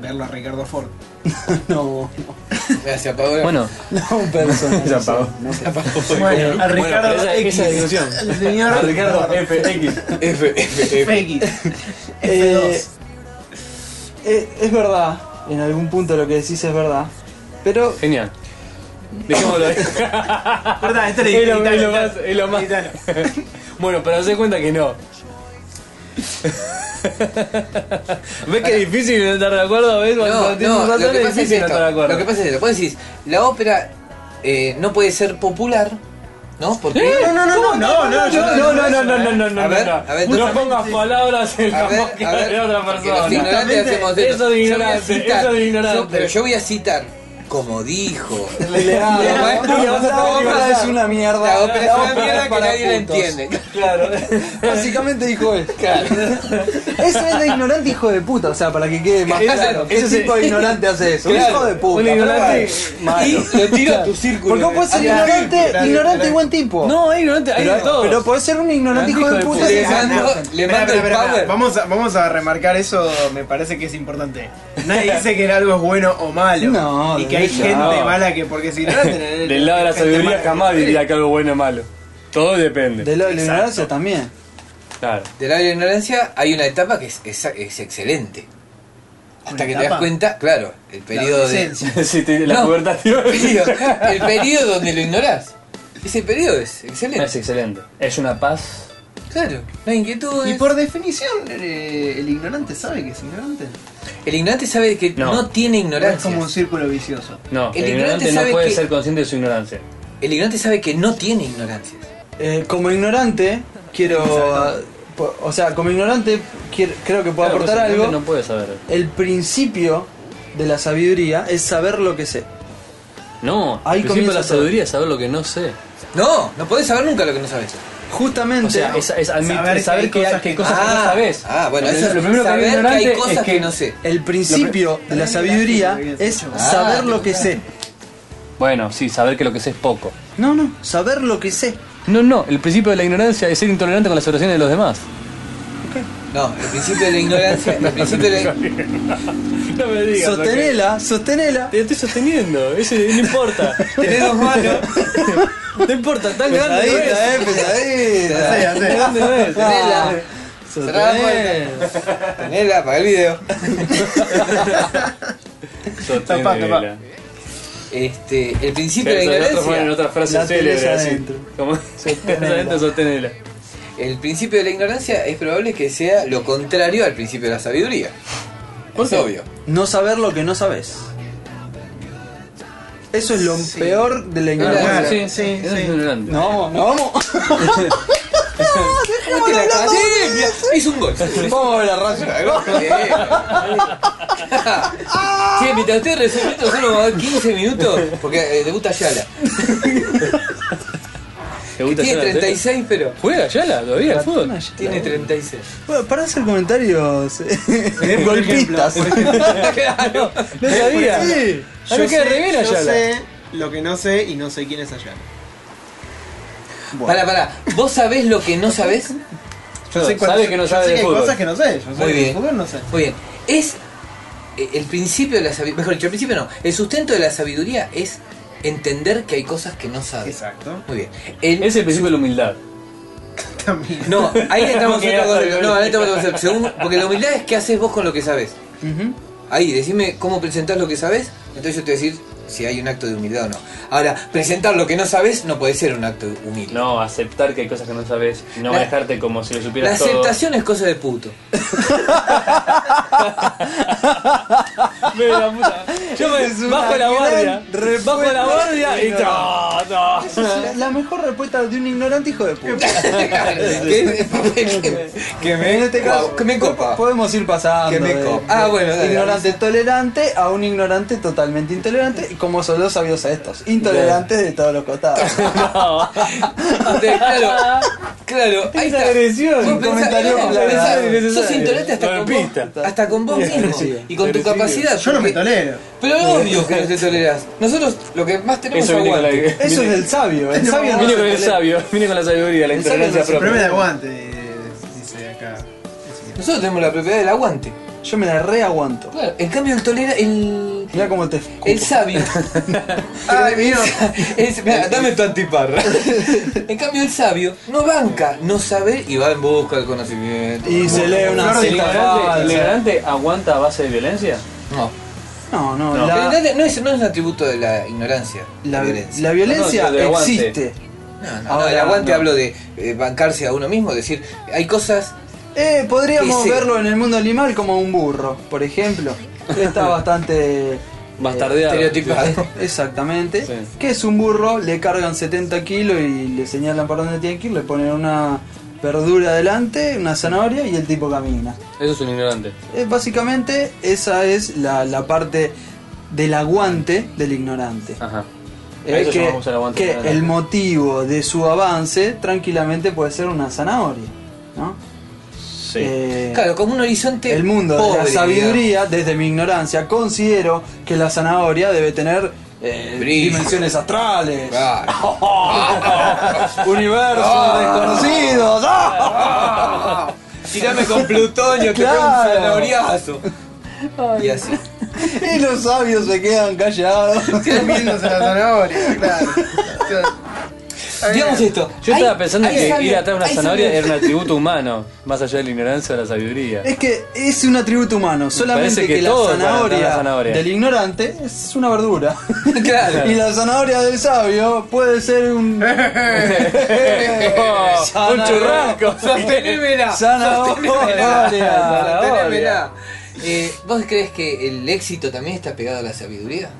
Speaker 4: verlo a Ricardo Ford.
Speaker 2: No,
Speaker 1: Mira, se apagó la-
Speaker 5: Bueno,
Speaker 2: no, un personaje.
Speaker 5: Se apagó.
Speaker 2: No,
Speaker 1: se apagó.
Speaker 4: Bueno, a Ricardo
Speaker 5: esa, esa es la
Speaker 4: X.
Speaker 5: discusión.
Speaker 4: Al señor
Speaker 5: A Ricardo FX.
Speaker 1: F, F, F.
Speaker 4: X.
Speaker 2: Eh,
Speaker 4: F2.
Speaker 2: eh, es verdad, en algún punto lo que decís es verdad, pero
Speaker 5: Genial. Dejémoslo ahí.
Speaker 4: Cortá, Ah, esto le
Speaker 5: Es lo,
Speaker 4: editalo,
Speaker 5: es lo
Speaker 4: editalo.
Speaker 5: más. Es lo más.
Speaker 4: Editalo.
Speaker 5: bueno, pero se cuenta que no. ¿Ves que es difícil no estar de acuerdo? ¿Ves?
Speaker 1: No,
Speaker 5: Cuando tienes
Speaker 1: no,
Speaker 5: razón
Speaker 1: lo que
Speaker 5: es
Speaker 1: pasa es
Speaker 5: difícil no
Speaker 1: esto.
Speaker 5: estar de
Speaker 1: Lo
Speaker 5: acuerdo.
Speaker 1: que pasa es esto. Vos decís, la ópera eh, no puede ser popular, ¿no? Porque.
Speaker 5: ¿Eh?
Speaker 4: no, no,
Speaker 5: ¿Cómo?
Speaker 4: no, no, yo
Speaker 5: no, no, no, no,
Speaker 4: no digo eso,
Speaker 5: no, no, no,
Speaker 1: A ver,
Speaker 5: no,
Speaker 1: a ver,
Speaker 5: no
Speaker 1: justamente
Speaker 5: pongas
Speaker 1: sí.
Speaker 5: palabras en
Speaker 1: A
Speaker 5: la
Speaker 1: ver, a
Speaker 5: boca
Speaker 1: ver,
Speaker 5: de otra
Speaker 1: porque los
Speaker 5: persona.
Speaker 1: ignorantes hacemos
Speaker 5: eso de
Speaker 1: Yo voy a
Speaker 5: ignorante,
Speaker 1: citar-
Speaker 5: eso de ignorante.
Speaker 1: yo- pero yo voy a citar, como dijo.
Speaker 2: Leandro,
Speaker 1: Leandro,
Speaker 2: Leandro,
Speaker 1: Leandro,
Speaker 2: la ópera es una mierda.
Speaker 1: La ópera es una mierda que
Speaker 2: para
Speaker 1: nadie la
Speaker 2: putos.
Speaker 1: entiende.
Speaker 2: Claro. Básicamente dijo él. Eso es de ignorante hijo de puta. O sea, para que quede más
Speaker 5: Ese-
Speaker 2: claro. ¿Qué
Speaker 5: ese-
Speaker 2: tipo de ignorante hace eso?
Speaker 5: Claro,
Speaker 2: un hijo de puta.
Speaker 5: un ignorante
Speaker 1: Y
Speaker 2: malo.
Speaker 1: lo tiro a tu círculo.
Speaker 2: Porque vos podés ser
Speaker 1: Ah,
Speaker 2: ignorante,
Speaker 4: claro,
Speaker 2: ignorante
Speaker 4: claro.
Speaker 2: y buen tipo.
Speaker 5: No, hay ignorante, hay de
Speaker 2: pero,
Speaker 5: todos.
Speaker 2: pero podés ser un ignorante hijo de puta.
Speaker 1: Le
Speaker 2: y-
Speaker 1: mando- le
Speaker 4: Esperá,
Speaker 1: mando
Speaker 4: esperá,
Speaker 1: el
Speaker 4: esperá,
Speaker 1: power.
Speaker 4: Vamos a, vamos a remarcar eso, me parece que es importante. Nadie dice que algo es bueno o malo.
Speaker 2: No,
Speaker 4: y
Speaker 2: de
Speaker 4: que hay
Speaker 2: hecho,
Speaker 4: gente
Speaker 5: no.
Speaker 4: mala que porque si no tenés-
Speaker 5: Del lado de la
Speaker 4: gente
Speaker 5: sabiduría
Speaker 4: mala.
Speaker 5: jamás diría que algo bueno o malo. Todo depende.
Speaker 2: De lo de la
Speaker 4: Exacto.
Speaker 2: ignorancia también.
Speaker 5: Claro.
Speaker 1: Del área de ignorancia hay una etapa que es, es- es excelente. Hasta
Speaker 4: ¿Una
Speaker 1: que te das
Speaker 4: etapa?
Speaker 1: cuenta, claro, el
Speaker 4: La
Speaker 1: periodo de.
Speaker 4: adolescencia.
Speaker 5: Si te- la
Speaker 1: No.
Speaker 5: pubertad tío.
Speaker 1: periodo- el periodo donde lo ignorás. Ese periodo es
Speaker 5: Es
Speaker 1: excelente.
Speaker 5: excelente. Es una paz.
Speaker 1: Claro, no hay inquietudes.
Speaker 4: Y por definición, eh, el ignorante sabe que es ignorante.
Speaker 1: El ignorante sabe que no,
Speaker 5: No.
Speaker 1: tiene
Speaker 4: Es
Speaker 1: ignorancia.
Speaker 4: como un círculo vicioso.
Speaker 5: No,
Speaker 1: El ignorante
Speaker 5: el, ignorante no
Speaker 1: sabe
Speaker 5: puede
Speaker 1: que-
Speaker 5: ser consciente de su ignorancia.
Speaker 1: El ignorante sabe que no tiene ignorancia.
Speaker 2: Eh, como ignorante, quiero. po- O sea, como ignorante, quiero- creo que puedo
Speaker 5: Claro,
Speaker 2: aportar
Speaker 5: pues, el
Speaker 2: algo.
Speaker 5: ignorante No puede saber.
Speaker 2: El principio de la sabiduría es saber lo que sé.
Speaker 5: No,
Speaker 2: Ahí
Speaker 5: al principio
Speaker 2: comienza
Speaker 5: la
Speaker 2: todo.
Speaker 5: sabiduría es saber lo que no sé.
Speaker 1: No, no podés saber nunca lo que no sabes.
Speaker 2: Justamente.
Speaker 5: O sea, es, es admitir,
Speaker 4: Saber que
Speaker 5: saber,
Speaker 4: hay
Speaker 5: que,
Speaker 4: cosas
Speaker 5: que hay
Speaker 4: que-
Speaker 5: cosas que
Speaker 1: Ah,
Speaker 5: no sabes.
Speaker 1: ah, bueno,
Speaker 5: lo,
Speaker 1: eso es
Speaker 5: lo primero
Speaker 1: saber
Speaker 5: que,
Speaker 1: que
Speaker 5: hay
Speaker 1: hay
Speaker 5: ignorante
Speaker 1: cosas
Speaker 5: es
Speaker 1: que
Speaker 5: que
Speaker 1: no sé.
Speaker 2: el principio de la sabiduría es
Speaker 5: Ah,
Speaker 2: saber lo que sé.
Speaker 5: Bueno, sí, saber que lo que sé es poco.
Speaker 2: No, no, saber lo que sé.
Speaker 5: No, no, el principio de la ignorancia es ser intolerante con las oraciones de los demás.
Speaker 1: No, el principio de la ignorancia. El principio de la-
Speaker 5: No me digas.
Speaker 2: Sostenela, sostenela.
Speaker 5: Te estoy sosteniendo, ese no importa.
Speaker 1: Tenés dos manos.
Speaker 5: No importa,
Speaker 1: Pues,
Speaker 5: tan grande no es.
Speaker 2: Pesadita, eh, pesadita.
Speaker 5: Tan grande no es.
Speaker 1: Tenela. Ah, Cerrá la puerta. Tenela, apaga el video.
Speaker 5: Sostenela.
Speaker 4: Tapá, tapá.
Speaker 1: Este, el principio de la
Speaker 5: Pero nosotros ponen
Speaker 1: ignorancia.
Speaker 5: otra frase
Speaker 2: La tenés
Speaker 5: célebre así.
Speaker 2: adentro.
Speaker 5: Como
Speaker 2: Sostenela.
Speaker 5: adentro, sostenela.
Speaker 1: El principio de la ignorancia es probable que sea lo contrario al principio de la sabiduría. Es obvio.
Speaker 2: No saber lo que no sabes. Eso es lo peor de la ignorancia.
Speaker 4: Claro,
Speaker 5: sí,
Speaker 4: sí,
Speaker 5: eso es
Speaker 4: sí.
Speaker 5: ignorante.
Speaker 2: No vamos, no vamos.
Speaker 1: Ponte la academia. Es un gol.
Speaker 2: Vamos a la radio.
Speaker 1: Sí, mientras estoy resumiendo, solo vamos a dar 15 minutos porque eh, debuta Yala.
Speaker 5: ¿Te gusta
Speaker 1: Tiene
Speaker 5: Jonathan?
Speaker 1: 36, pero.
Speaker 5: ¿Juega Yala todavía al fútbol?
Speaker 1: Tiene 36.
Speaker 2: Bueno, para hacer comentarios eh, golpistas.
Speaker 1: Claro.
Speaker 5: No sabía.
Speaker 2: Sí.
Speaker 5: Ah, no queda remera
Speaker 4: yo
Speaker 5: Yala.
Speaker 4: sé lo que no sé y no sé quién es allá.
Speaker 1: Pará, pará. ¿Vos sabés lo que no sabés?
Speaker 4: Yo
Speaker 5: No,
Speaker 4: sé cuál-
Speaker 5: sabe que no
Speaker 4: yo
Speaker 5: sabe
Speaker 4: sé
Speaker 5: de
Speaker 4: que hay
Speaker 5: fútbol.
Speaker 4: cosas que no sé. Yo sé
Speaker 1: Muy
Speaker 4: que de
Speaker 1: bien.
Speaker 4: fútbol no sé.
Speaker 1: Muy bien. Es eh, el principio de la sabiduría. Mejor dicho, el principio no. El sustento de la sabiduría es entender que hay cosas que no sabes.
Speaker 4: Exacto.
Speaker 1: Muy bien. El-
Speaker 5: Es el principio de la humildad.
Speaker 4: También.
Speaker 1: No, ahí entramos
Speaker 5: Porque
Speaker 1: en otro
Speaker 5: era
Speaker 1: concepto. No,
Speaker 5: sabiduría.
Speaker 1: ahí entramos en otro concepto. Según- Porque la humildad es qué haces vos con lo que sabes.
Speaker 2: Ujú.
Speaker 1: Ahí, decime cómo presentás lo que sabes. Entonces yo te voy a decir si hay un acto de humildad o no. Ahora, presentar lo que no sabes no puede ser un acto humilde.
Speaker 5: No, aceptar que hay cosas que no sabes, no
Speaker 1: La-
Speaker 5: manejarte como si lo
Speaker 1: La
Speaker 5: supieras todo.
Speaker 1: aceptación es cosa de puto.
Speaker 5: Me da puta. Yo me
Speaker 2: Es una
Speaker 5: bajo la
Speaker 2: gran
Speaker 5: guardia,
Speaker 2: respuesta
Speaker 5: bajo la guardia y no, no.
Speaker 2: La, la mejor respuesta de un ignorante hijo de puta.
Speaker 1: que, que- que- que me,
Speaker 2: En este caso,
Speaker 1: que me copa.
Speaker 2: Podemos ir pasando.
Speaker 1: Que me
Speaker 2: de-
Speaker 1: copa. Ah, bueno, dale,
Speaker 2: ignorante tolerante a un ignorante totalmente intolerante, y como son los sabios a estos, intolerantes de todos los costados.
Speaker 1: Entonces, claro, claro, ahí está.
Speaker 2: agresión,
Speaker 1: Vos
Speaker 2: un
Speaker 1: pensá-
Speaker 2: comentario
Speaker 1: claro,
Speaker 2: claro,
Speaker 1: pensá,
Speaker 2: innecesario.
Speaker 1: sos intolerante hasta
Speaker 5: Lo
Speaker 1: con, vos,
Speaker 5: repita.
Speaker 1: hasta con vos mismo
Speaker 2: Agresivo.
Speaker 1: y con tu
Speaker 5: Agresivo.
Speaker 1: capacidad.
Speaker 4: Yo no me
Speaker 1: porque-
Speaker 4: tolero.
Speaker 1: Pero es obvio que no te tolerás. Nosotros lo que más tenemos
Speaker 5: Eso
Speaker 1: es
Speaker 5: viene con la,
Speaker 1: aguante.
Speaker 2: Eso es
Speaker 5: viene-
Speaker 2: del sabio. El
Speaker 4: No,
Speaker 2: sabio no
Speaker 5: viene
Speaker 2: se
Speaker 5: con el
Speaker 2: tolera.
Speaker 5: sabio, viene con la sabiduría, la
Speaker 2: El sabio
Speaker 5: intolerancia
Speaker 2: no se
Speaker 5: propia.
Speaker 4: Problema de aguante, eh, dice acá. el señor.
Speaker 1: Nosotros tenemos la propiedad del aguante.
Speaker 2: Yo me la reaguanto.
Speaker 1: Claro, en cambio el tolera el
Speaker 2: Mira cómo te
Speaker 5: Eh,
Speaker 2: escupo.
Speaker 1: el sabio.
Speaker 4: Ay, mío.
Speaker 1: es- mirá, dame tu antiparra. en cambio el sabio no banca no sabe y va en busca del conocimiento.
Speaker 2: Y se lee una
Speaker 4: Flor de
Speaker 5: ¿El
Speaker 2: cita
Speaker 5: ignorante, el
Speaker 2: falsa.
Speaker 5: ignorante aguanta a base de violencia?
Speaker 1: No.
Speaker 2: No, no,
Speaker 5: No.
Speaker 1: La
Speaker 2: la,
Speaker 1: verdad, no, es, no es un atributo de la ignorancia,
Speaker 2: la,
Speaker 1: la violencia.
Speaker 2: la
Speaker 5: No,
Speaker 2: violencia
Speaker 5: no, de aguante.
Speaker 2: existe.
Speaker 1: No, no,
Speaker 2: Ahora,
Speaker 1: no, el aguante
Speaker 2: no.
Speaker 1: hablo de eh, bancarse a uno mismo, decir, hay cosas,
Speaker 2: Eh, podríamos
Speaker 1: Ese-
Speaker 2: verlo en el mundo animal como un burro, por ejemplo. Está bastante... eh,
Speaker 5: Bastardeado.
Speaker 1: Estereotipado.
Speaker 2: Exactamente.
Speaker 5: Sí.
Speaker 2: Que es un burro, le cargan 70 kilos y le señalan por dónde tiene que ir, le ponen una verdura adelante, una zanahoria y el tipo camina.
Speaker 5: Eso es un ignorante.
Speaker 2: Eh, básicamente esa es la, la parte del aguante del ignorante.
Speaker 5: Ajá. A
Speaker 2: Es
Speaker 5: eso
Speaker 2: Eh, que,
Speaker 5: llamamos el aguante
Speaker 2: que
Speaker 5: ignorante.
Speaker 2: el motivo de su avance tranquilamente puede ser una zanahoria. ¿no?
Speaker 5: Sí.
Speaker 2: Eh,
Speaker 1: claro, como un horizonte
Speaker 2: el mundo de la
Speaker 1: pobre,
Speaker 2: sabiduría, desde mi ignorancia, considero que la zanahoria debe tener eh,
Speaker 1: Brillo.
Speaker 2: dimensiones astrales,
Speaker 1: digamos. Claro.
Speaker 2: universos
Speaker 5: Ah.
Speaker 2: desconocidos. ¡Ah!
Speaker 1: Tirame con plutonio, que
Speaker 2: Claro.
Speaker 1: pego un zanahoriazo. Y así.
Speaker 2: Y los sabios se quedan callados.
Speaker 4: Tiene miedo a la zanahoria, claro. O sea, está bien.
Speaker 1: Digamos esto.
Speaker 5: Yo
Speaker 1: hay-
Speaker 5: estaba pensando
Speaker 1: hay
Speaker 5: que
Speaker 1: sabio-
Speaker 5: ir atrás de una
Speaker 1: hay
Speaker 5: zanahoria
Speaker 1: sabio-
Speaker 5: era un atributo humano, más allá de la ignorancia o la sabiduría.
Speaker 1: Eh,
Speaker 2: Es que es un atributo humano, solamente
Speaker 5: parece
Speaker 2: que,
Speaker 5: que
Speaker 2: la,
Speaker 5: todos van a tener
Speaker 2: zanahoria
Speaker 5: la zanahoria.
Speaker 2: del ignorante es una verdura.
Speaker 1: Claro.
Speaker 2: y la zanahoria del sabio puede ser un...
Speaker 5: Oh, ¡Un
Speaker 2: Zanahoria.
Speaker 5: churrasco!
Speaker 1: Sostenémela.
Speaker 2: Zanahoria.
Speaker 1: Sostenémela. Eh, ¿Vos crees que el éxito también está pegado a la sabiduría?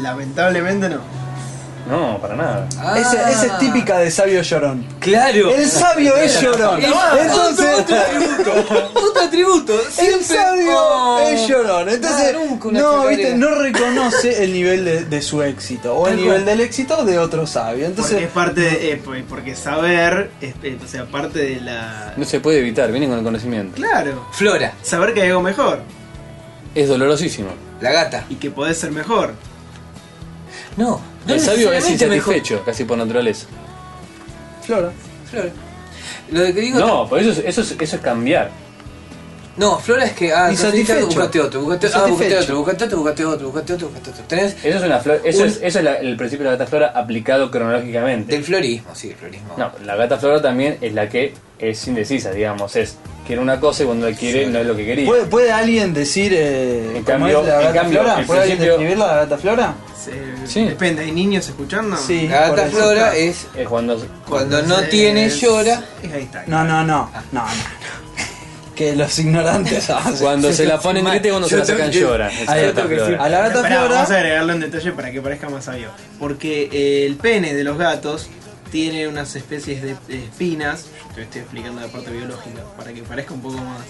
Speaker 4: Lamentablemente no.
Speaker 5: No, para nada.
Speaker 1: Ah.
Speaker 2: Esa, esa es típica de sabio llorón.
Speaker 1: Claro.
Speaker 2: El sabio es llorón. Entonces,
Speaker 1: otro atributo. Otro atributo.
Speaker 2: el
Speaker 1: Siempre-
Speaker 2: sabio
Speaker 1: Oh.
Speaker 2: es llorón. Entonces,
Speaker 1: Nada, nunca una
Speaker 2: no,
Speaker 1: zanahoria.
Speaker 2: viste, no reconoce el nivel de, de su éxito o el
Speaker 1: Tal
Speaker 2: nivel
Speaker 1: cual.
Speaker 2: del éxito de otro sabio.
Speaker 4: Porque
Speaker 2: Entonces,
Speaker 4: es parte de, eh, por- porque saber, es, eh, o sea, parte de la.
Speaker 5: No se puede evitar, viene con el conocimiento.
Speaker 4: Claro.
Speaker 1: Flora,
Speaker 4: Saber que hay algo mejor
Speaker 5: Es dolorosísimo.
Speaker 1: la gata.
Speaker 4: y que podés ser mejor.
Speaker 1: No, no
Speaker 5: El sabio es
Speaker 1: necesariamente mejor.
Speaker 5: insatisfecho, casi por naturaleza.
Speaker 2: Flora.
Speaker 1: Flora. Lo que digo
Speaker 5: No, por eso es, eso es, eso es cambiar.
Speaker 1: No, Flora es que ah,
Speaker 2: Insatisfecho.
Speaker 1: entonces, buscate otro, buscate otro, ah, buscate
Speaker 2: Insatisfecho.
Speaker 1: otro, buscate otro, buscate otro, buscate otro, buscate otro. Tenés
Speaker 5: Eso es una flor, eso
Speaker 1: Un-
Speaker 5: es, eso es la- el principio de la gata flora aplicado cronológicamente.
Speaker 1: del florismo, sí, el florismo.
Speaker 5: No, la gata flora también es la que es indecisa, digamos, es quiere una cosa y cuando la quiere
Speaker 1: Sí.
Speaker 5: no es lo que quería.
Speaker 2: ¿Puede, puede alguien decir eh,
Speaker 5: En
Speaker 2: cómo
Speaker 5: cambio-
Speaker 2: es la
Speaker 5: en
Speaker 2: gata
Speaker 5: cambio,
Speaker 2: flora?
Speaker 5: el
Speaker 2: ¿Puede alguien
Speaker 5: principio-
Speaker 2: describirla la gata flora?
Speaker 4: Se-
Speaker 5: Sí.
Speaker 4: Depende, ¿hay niños escuchando?
Speaker 2: Sí.
Speaker 1: La
Speaker 2: por
Speaker 1: gata
Speaker 2: eso
Speaker 1: Flora
Speaker 2: está.
Speaker 1: es
Speaker 5: Es cuando
Speaker 1: cuando no
Speaker 4: Se-
Speaker 1: tiene llora.
Speaker 4: Es ahí está.
Speaker 2: No, no, no, no, no. Que los ignorantes hacen.
Speaker 5: cuando se la ponen triste y cuando se
Speaker 1: Yo
Speaker 5: la sacan
Speaker 1: tengo que-
Speaker 5: llora.
Speaker 1: yo
Speaker 5: Es la gata
Speaker 1: tengo que decir-
Speaker 5: flora.
Speaker 2: A la gata
Speaker 4: Esperá,
Speaker 2: flora.
Speaker 4: Vamos a agregarlo en detalle para que parezca más sabio. Porque eh, el pene de los gatos tiene unas especies de de espinas. Te estoy explicando la parte biológica para que parezca un poco más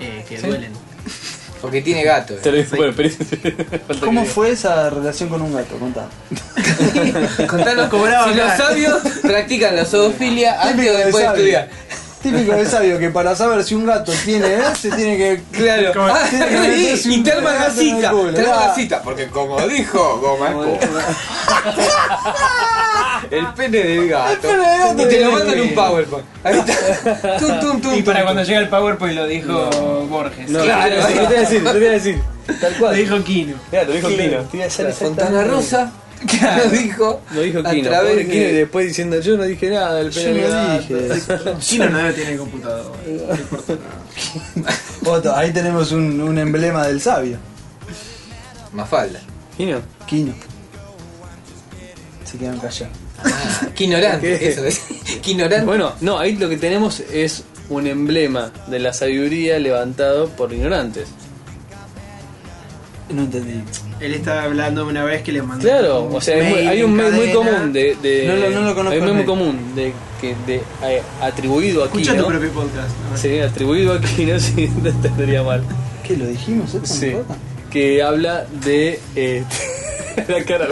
Speaker 4: eh, que duelen.
Speaker 1: porque tiene gato.
Speaker 5: Te lo digo por experiencia. Falta
Speaker 2: ¿Cómo
Speaker 5: que diga.
Speaker 2: fue esa relación con un gato? Contá.
Speaker 1: Contanos
Speaker 4: Cobraba
Speaker 1: si los
Speaker 4: acá.
Speaker 1: sabios practican la zoofilia antes o
Speaker 2: de
Speaker 1: después de
Speaker 2: sabio.
Speaker 1: estudiar.
Speaker 2: Típico de sabio que para saber si un gato tiene gas, se tiene que.
Speaker 1: Claro,
Speaker 4: Como-
Speaker 1: Ah,
Speaker 2: tiene que meterse un
Speaker 1: y terma
Speaker 2: pedazo en el
Speaker 1: gasita,
Speaker 2: culo,
Speaker 1: terma
Speaker 2: ah.
Speaker 1: gasita, porque como dijo Gomaco, el pene del gato.
Speaker 2: pene del gato
Speaker 1: y te
Speaker 2: tiene
Speaker 1: lo mandan en un
Speaker 2: pene.
Speaker 1: PowerPoint. Ahí está. Tum, tum, tum,
Speaker 4: Y para
Speaker 1: tum,
Speaker 4: cuando llega el PowerPoint lo dijo Borges.
Speaker 5: No,
Speaker 1: Claro.
Speaker 5: te voy a decir, te voy a decir. Tal
Speaker 4: Lo
Speaker 5: cual.
Speaker 4: dijo Kino.
Speaker 5: Mira, lo dijo
Speaker 2: Kino.
Speaker 5: Kino. Te iba a hacer
Speaker 1: La Fontana
Speaker 5: exactamente-
Speaker 1: Rosa que nos dijo,
Speaker 5: Lo dijo
Speaker 1: a
Speaker 5: Kino.
Speaker 1: través
Speaker 5: Pobre Kino y
Speaker 1: de...
Speaker 5: después diciendo yo no dije nada del
Speaker 2: Yo no dije.
Speaker 4: Ah, Kino no debe tener computador. No importa nada.
Speaker 2: Otto, ahí tenemos un, un emblema del sabio.
Speaker 1: Mafalda.
Speaker 5: Kino.
Speaker 2: Quino. se quedan callados.
Speaker 1: Ah, qué ignorante,
Speaker 6: ¿Qué?
Speaker 1: eso es. Qué ignorante.
Speaker 6: Bueno, no, ahí lo que tenemos es un emblema de la sabiduría levantado por ignorantes.
Speaker 2: No entendí.
Speaker 4: Él estaba hablando una vez que le mandó.
Speaker 6: Claro, o sea, es muy-
Speaker 4: mail
Speaker 6: hay
Speaker 4: en
Speaker 6: un mail muy
Speaker 4: cadena.
Speaker 6: común de. de-
Speaker 2: No lo- no lo conozco
Speaker 6: Hay un mail muy
Speaker 2: el mail.
Speaker 6: común de, que, de, eh, atribuido aquí.
Speaker 4: Escucha
Speaker 6: ¿no?
Speaker 4: tu propio podcast. ¿no?
Speaker 6: Sí, atribuido aquí, no sé si no entendería mal.
Speaker 2: ¿Qué? ¿Lo dijimos? ¿Esto
Speaker 6: Sí.
Speaker 2: no importa?
Speaker 6: Que habla de. eh, la cara.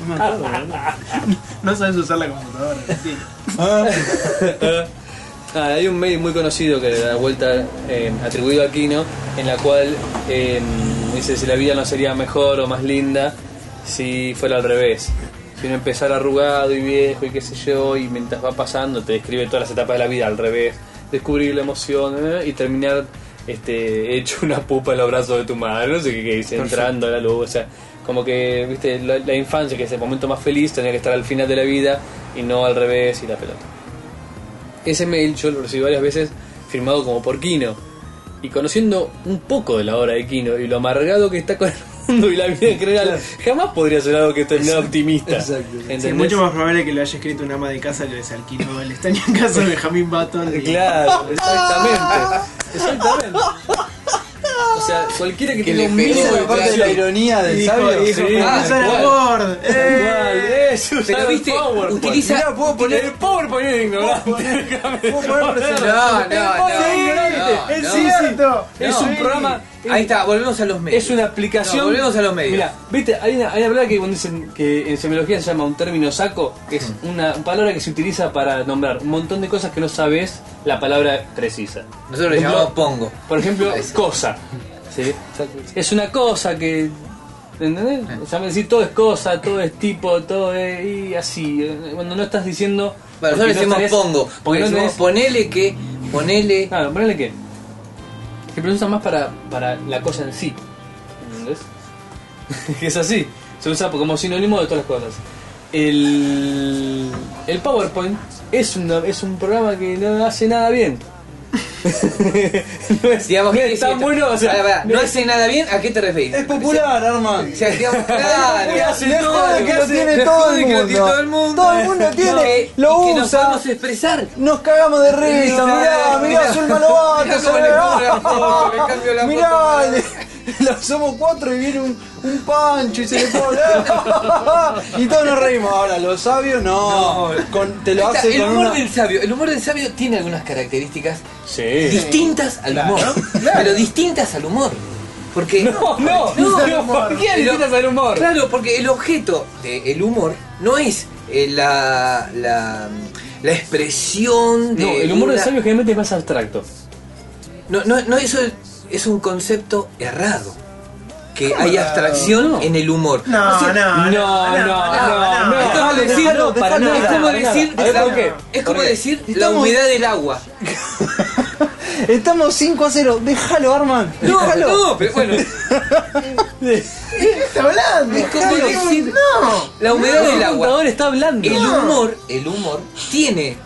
Speaker 2: No me acuerdo, ¿verdad?
Speaker 4: No sabes usar la computadora. sí.
Speaker 6: Ah, hay un mail muy conocido que le da vuelta eh, atribuido a Aquino, en la cual eh, dice si la vida no sería mejor o más linda si fuera al revés. Si uno empezara arrugado y viejo y qué sé yo, y mientras va pasando te describe todas las etapas de la vida al revés, descubrir la emoción eh, y terminar este, hecho una pupa en los brazos de tu madre, no sé qué, qué dice, entrando a la luz, o sea, como que, viste, la, la infancia, que es el momento más feliz, tendría que estar al final de la vida y no al revés y la pelota. Ese mail yo lo recibí varias veces firmado como por Kino. Y conociendo un poco de la obra de Kino y lo amargado que está con el mundo y la vida en general, jamás podría ser algo que terminara optimista.
Speaker 2: Exacto. Sí,
Speaker 6: ¿Entendés?
Speaker 4: Sí, mucho más probable que lo haya escrito una ama de casa que les alquiló el estaño en casa de Benjamín Button. y-
Speaker 6: Claro, exactamente. Exactamente. O sea, cualquiera que,
Speaker 1: Que
Speaker 6: tenga
Speaker 1: le
Speaker 6: un
Speaker 1: pegó
Speaker 6: mínimo
Speaker 2: Esa
Speaker 6: de
Speaker 2: es la parte de la
Speaker 6: educación-
Speaker 2: ironía del
Speaker 4: Hijo,
Speaker 2: sabio.
Speaker 4: hijo,
Speaker 6: Sí.
Speaker 4: ah,
Speaker 6: tal
Speaker 4: era
Speaker 6: cual.
Speaker 4: Ford.
Speaker 6: Tal
Speaker 4: Eh.
Speaker 6: cual, eh, se usa
Speaker 1: Pero,
Speaker 6: el pues.
Speaker 1: viste,
Speaker 6: PowerPoint.
Speaker 1: utiliza-
Speaker 6: Mirá, puedo poner el PowerPoint en ignorante.
Speaker 2: Puedo poner presentación.
Speaker 1: No, no, no, no,
Speaker 4: Es
Speaker 1: no.
Speaker 4: cierto.
Speaker 6: Es un
Speaker 1: Sí.
Speaker 6: programa.
Speaker 1: Ahí está, volvemos a los medios.
Speaker 6: Es una aplicación.
Speaker 1: No, volvemos a los medios.
Speaker 6: Mira, viste, hay una, hay una palabra que cuando dicen que en semiología se llama un término saco, que es
Speaker 1: Mm.
Speaker 6: una palabra que se utiliza para nombrar un montón de cosas que no sabes la palabra precisa.
Speaker 1: Nosotros le
Speaker 6: Ejemplo,
Speaker 1: llamamos pongo.
Speaker 6: Por ejemplo,
Speaker 1: Ese.
Speaker 6: cosa. ¿sí? Es una cosa que. ¿Entendés?
Speaker 1: Eh.
Speaker 6: O sea, decir todo es cosa, todo es tipo, todo es. y así. Cuando no estás diciendo.
Speaker 1: Bueno,
Speaker 6: porque
Speaker 1: nosotros decimos
Speaker 6: no tenés-
Speaker 1: pongo, porque
Speaker 6: no
Speaker 1: decimos
Speaker 6: tenés-
Speaker 1: ponele que, ponele.
Speaker 6: Claro, ponele que. Se pronuncia más para, para la cosa en sí. ¿Entendés? que es así. Se usa como sinónimo de todas las cosas. El, el PowerPoint es, una- es un programa que no hace nada bien. no es,
Speaker 1: Digamos
Speaker 6: no
Speaker 1: que
Speaker 6: es tan bueno, o sea,
Speaker 1: Pará, pará, no hace nada bien, ¿a qué te referís?
Speaker 2: Es popular, Armand.
Speaker 1: O sea, digamos, claro.
Speaker 6: que hace
Speaker 2: Le
Speaker 6: todo,
Speaker 2: jode
Speaker 6: que
Speaker 2: que lo
Speaker 6: hace-
Speaker 2: tiene
Speaker 6: le
Speaker 2: todo
Speaker 1: jode
Speaker 2: el
Speaker 1: que lo tiene
Speaker 2: mundo.
Speaker 1: todo el mundo.
Speaker 2: Todo el mundo tiene,
Speaker 1: Que-
Speaker 2: lo
Speaker 1: y que nos
Speaker 2: usa.
Speaker 1: podemos expresar.
Speaker 2: Nos cagamos de risa,
Speaker 1: Mirá,
Speaker 2: mirá, mirá,
Speaker 1: mirá.
Speaker 2: Zulma Lobato,
Speaker 1: Mirá
Speaker 2: se
Speaker 1: cómo
Speaker 2: ve.
Speaker 1: le cambio la foto, le cambio la
Speaker 2: Mirá,
Speaker 1: foto.
Speaker 2: le- lo- somos cuatro y viene un, un pancho y se le pone. y todos nos reímos. Ahora, los sabios no. Con- te lo
Speaker 1: Está,
Speaker 2: hace
Speaker 1: el
Speaker 2: con
Speaker 1: humor
Speaker 2: una.
Speaker 1: del sabio. El humor del sabio tiene algunas características
Speaker 6: Sí.
Speaker 1: distintas al humor. Pero distintas al humor. Porque.
Speaker 6: No, no,
Speaker 1: No,
Speaker 6: pero ¿por qué
Speaker 1: pero-
Speaker 6: necesitas el humor?
Speaker 1: Claro, porque el objeto del humor no es eh, la, la, la expresión de.
Speaker 6: No, el humor del
Speaker 1: una-
Speaker 6: sabio generalmente es más abstracto.
Speaker 1: No, no, no, eso es, es un concepto errado. Que hay abstracción
Speaker 6: No.
Speaker 1: en el humor.
Speaker 4: No,
Speaker 1: O sea,
Speaker 4: no,
Speaker 6: Ah, No, no,
Speaker 4: no,
Speaker 6: no, no.
Speaker 1: Es como
Speaker 6: Dejalo,
Speaker 1: decir,
Speaker 6: dejalo,
Speaker 2: dejalo,
Speaker 6: para
Speaker 1: no,
Speaker 6: nada,
Speaker 1: es como
Speaker 6: para nada.
Speaker 1: decir,
Speaker 6: A ver, ¿por qué?
Speaker 1: es como
Speaker 6: ¿Por qué?
Speaker 1: decir la
Speaker 2: Estamos-
Speaker 1: humedad del agua.
Speaker 2: Estamos 5 a 0. Déjalo, Arman.
Speaker 1: No,
Speaker 2: Déjalo.
Speaker 1: no, pero bueno,
Speaker 4: ¿Qué está hablando?
Speaker 1: es como
Speaker 4: Claro.
Speaker 1: decir
Speaker 4: No.
Speaker 1: la humedad
Speaker 6: El
Speaker 1: del agua.
Speaker 6: contador está hablando.
Speaker 1: El humor, el humor tiene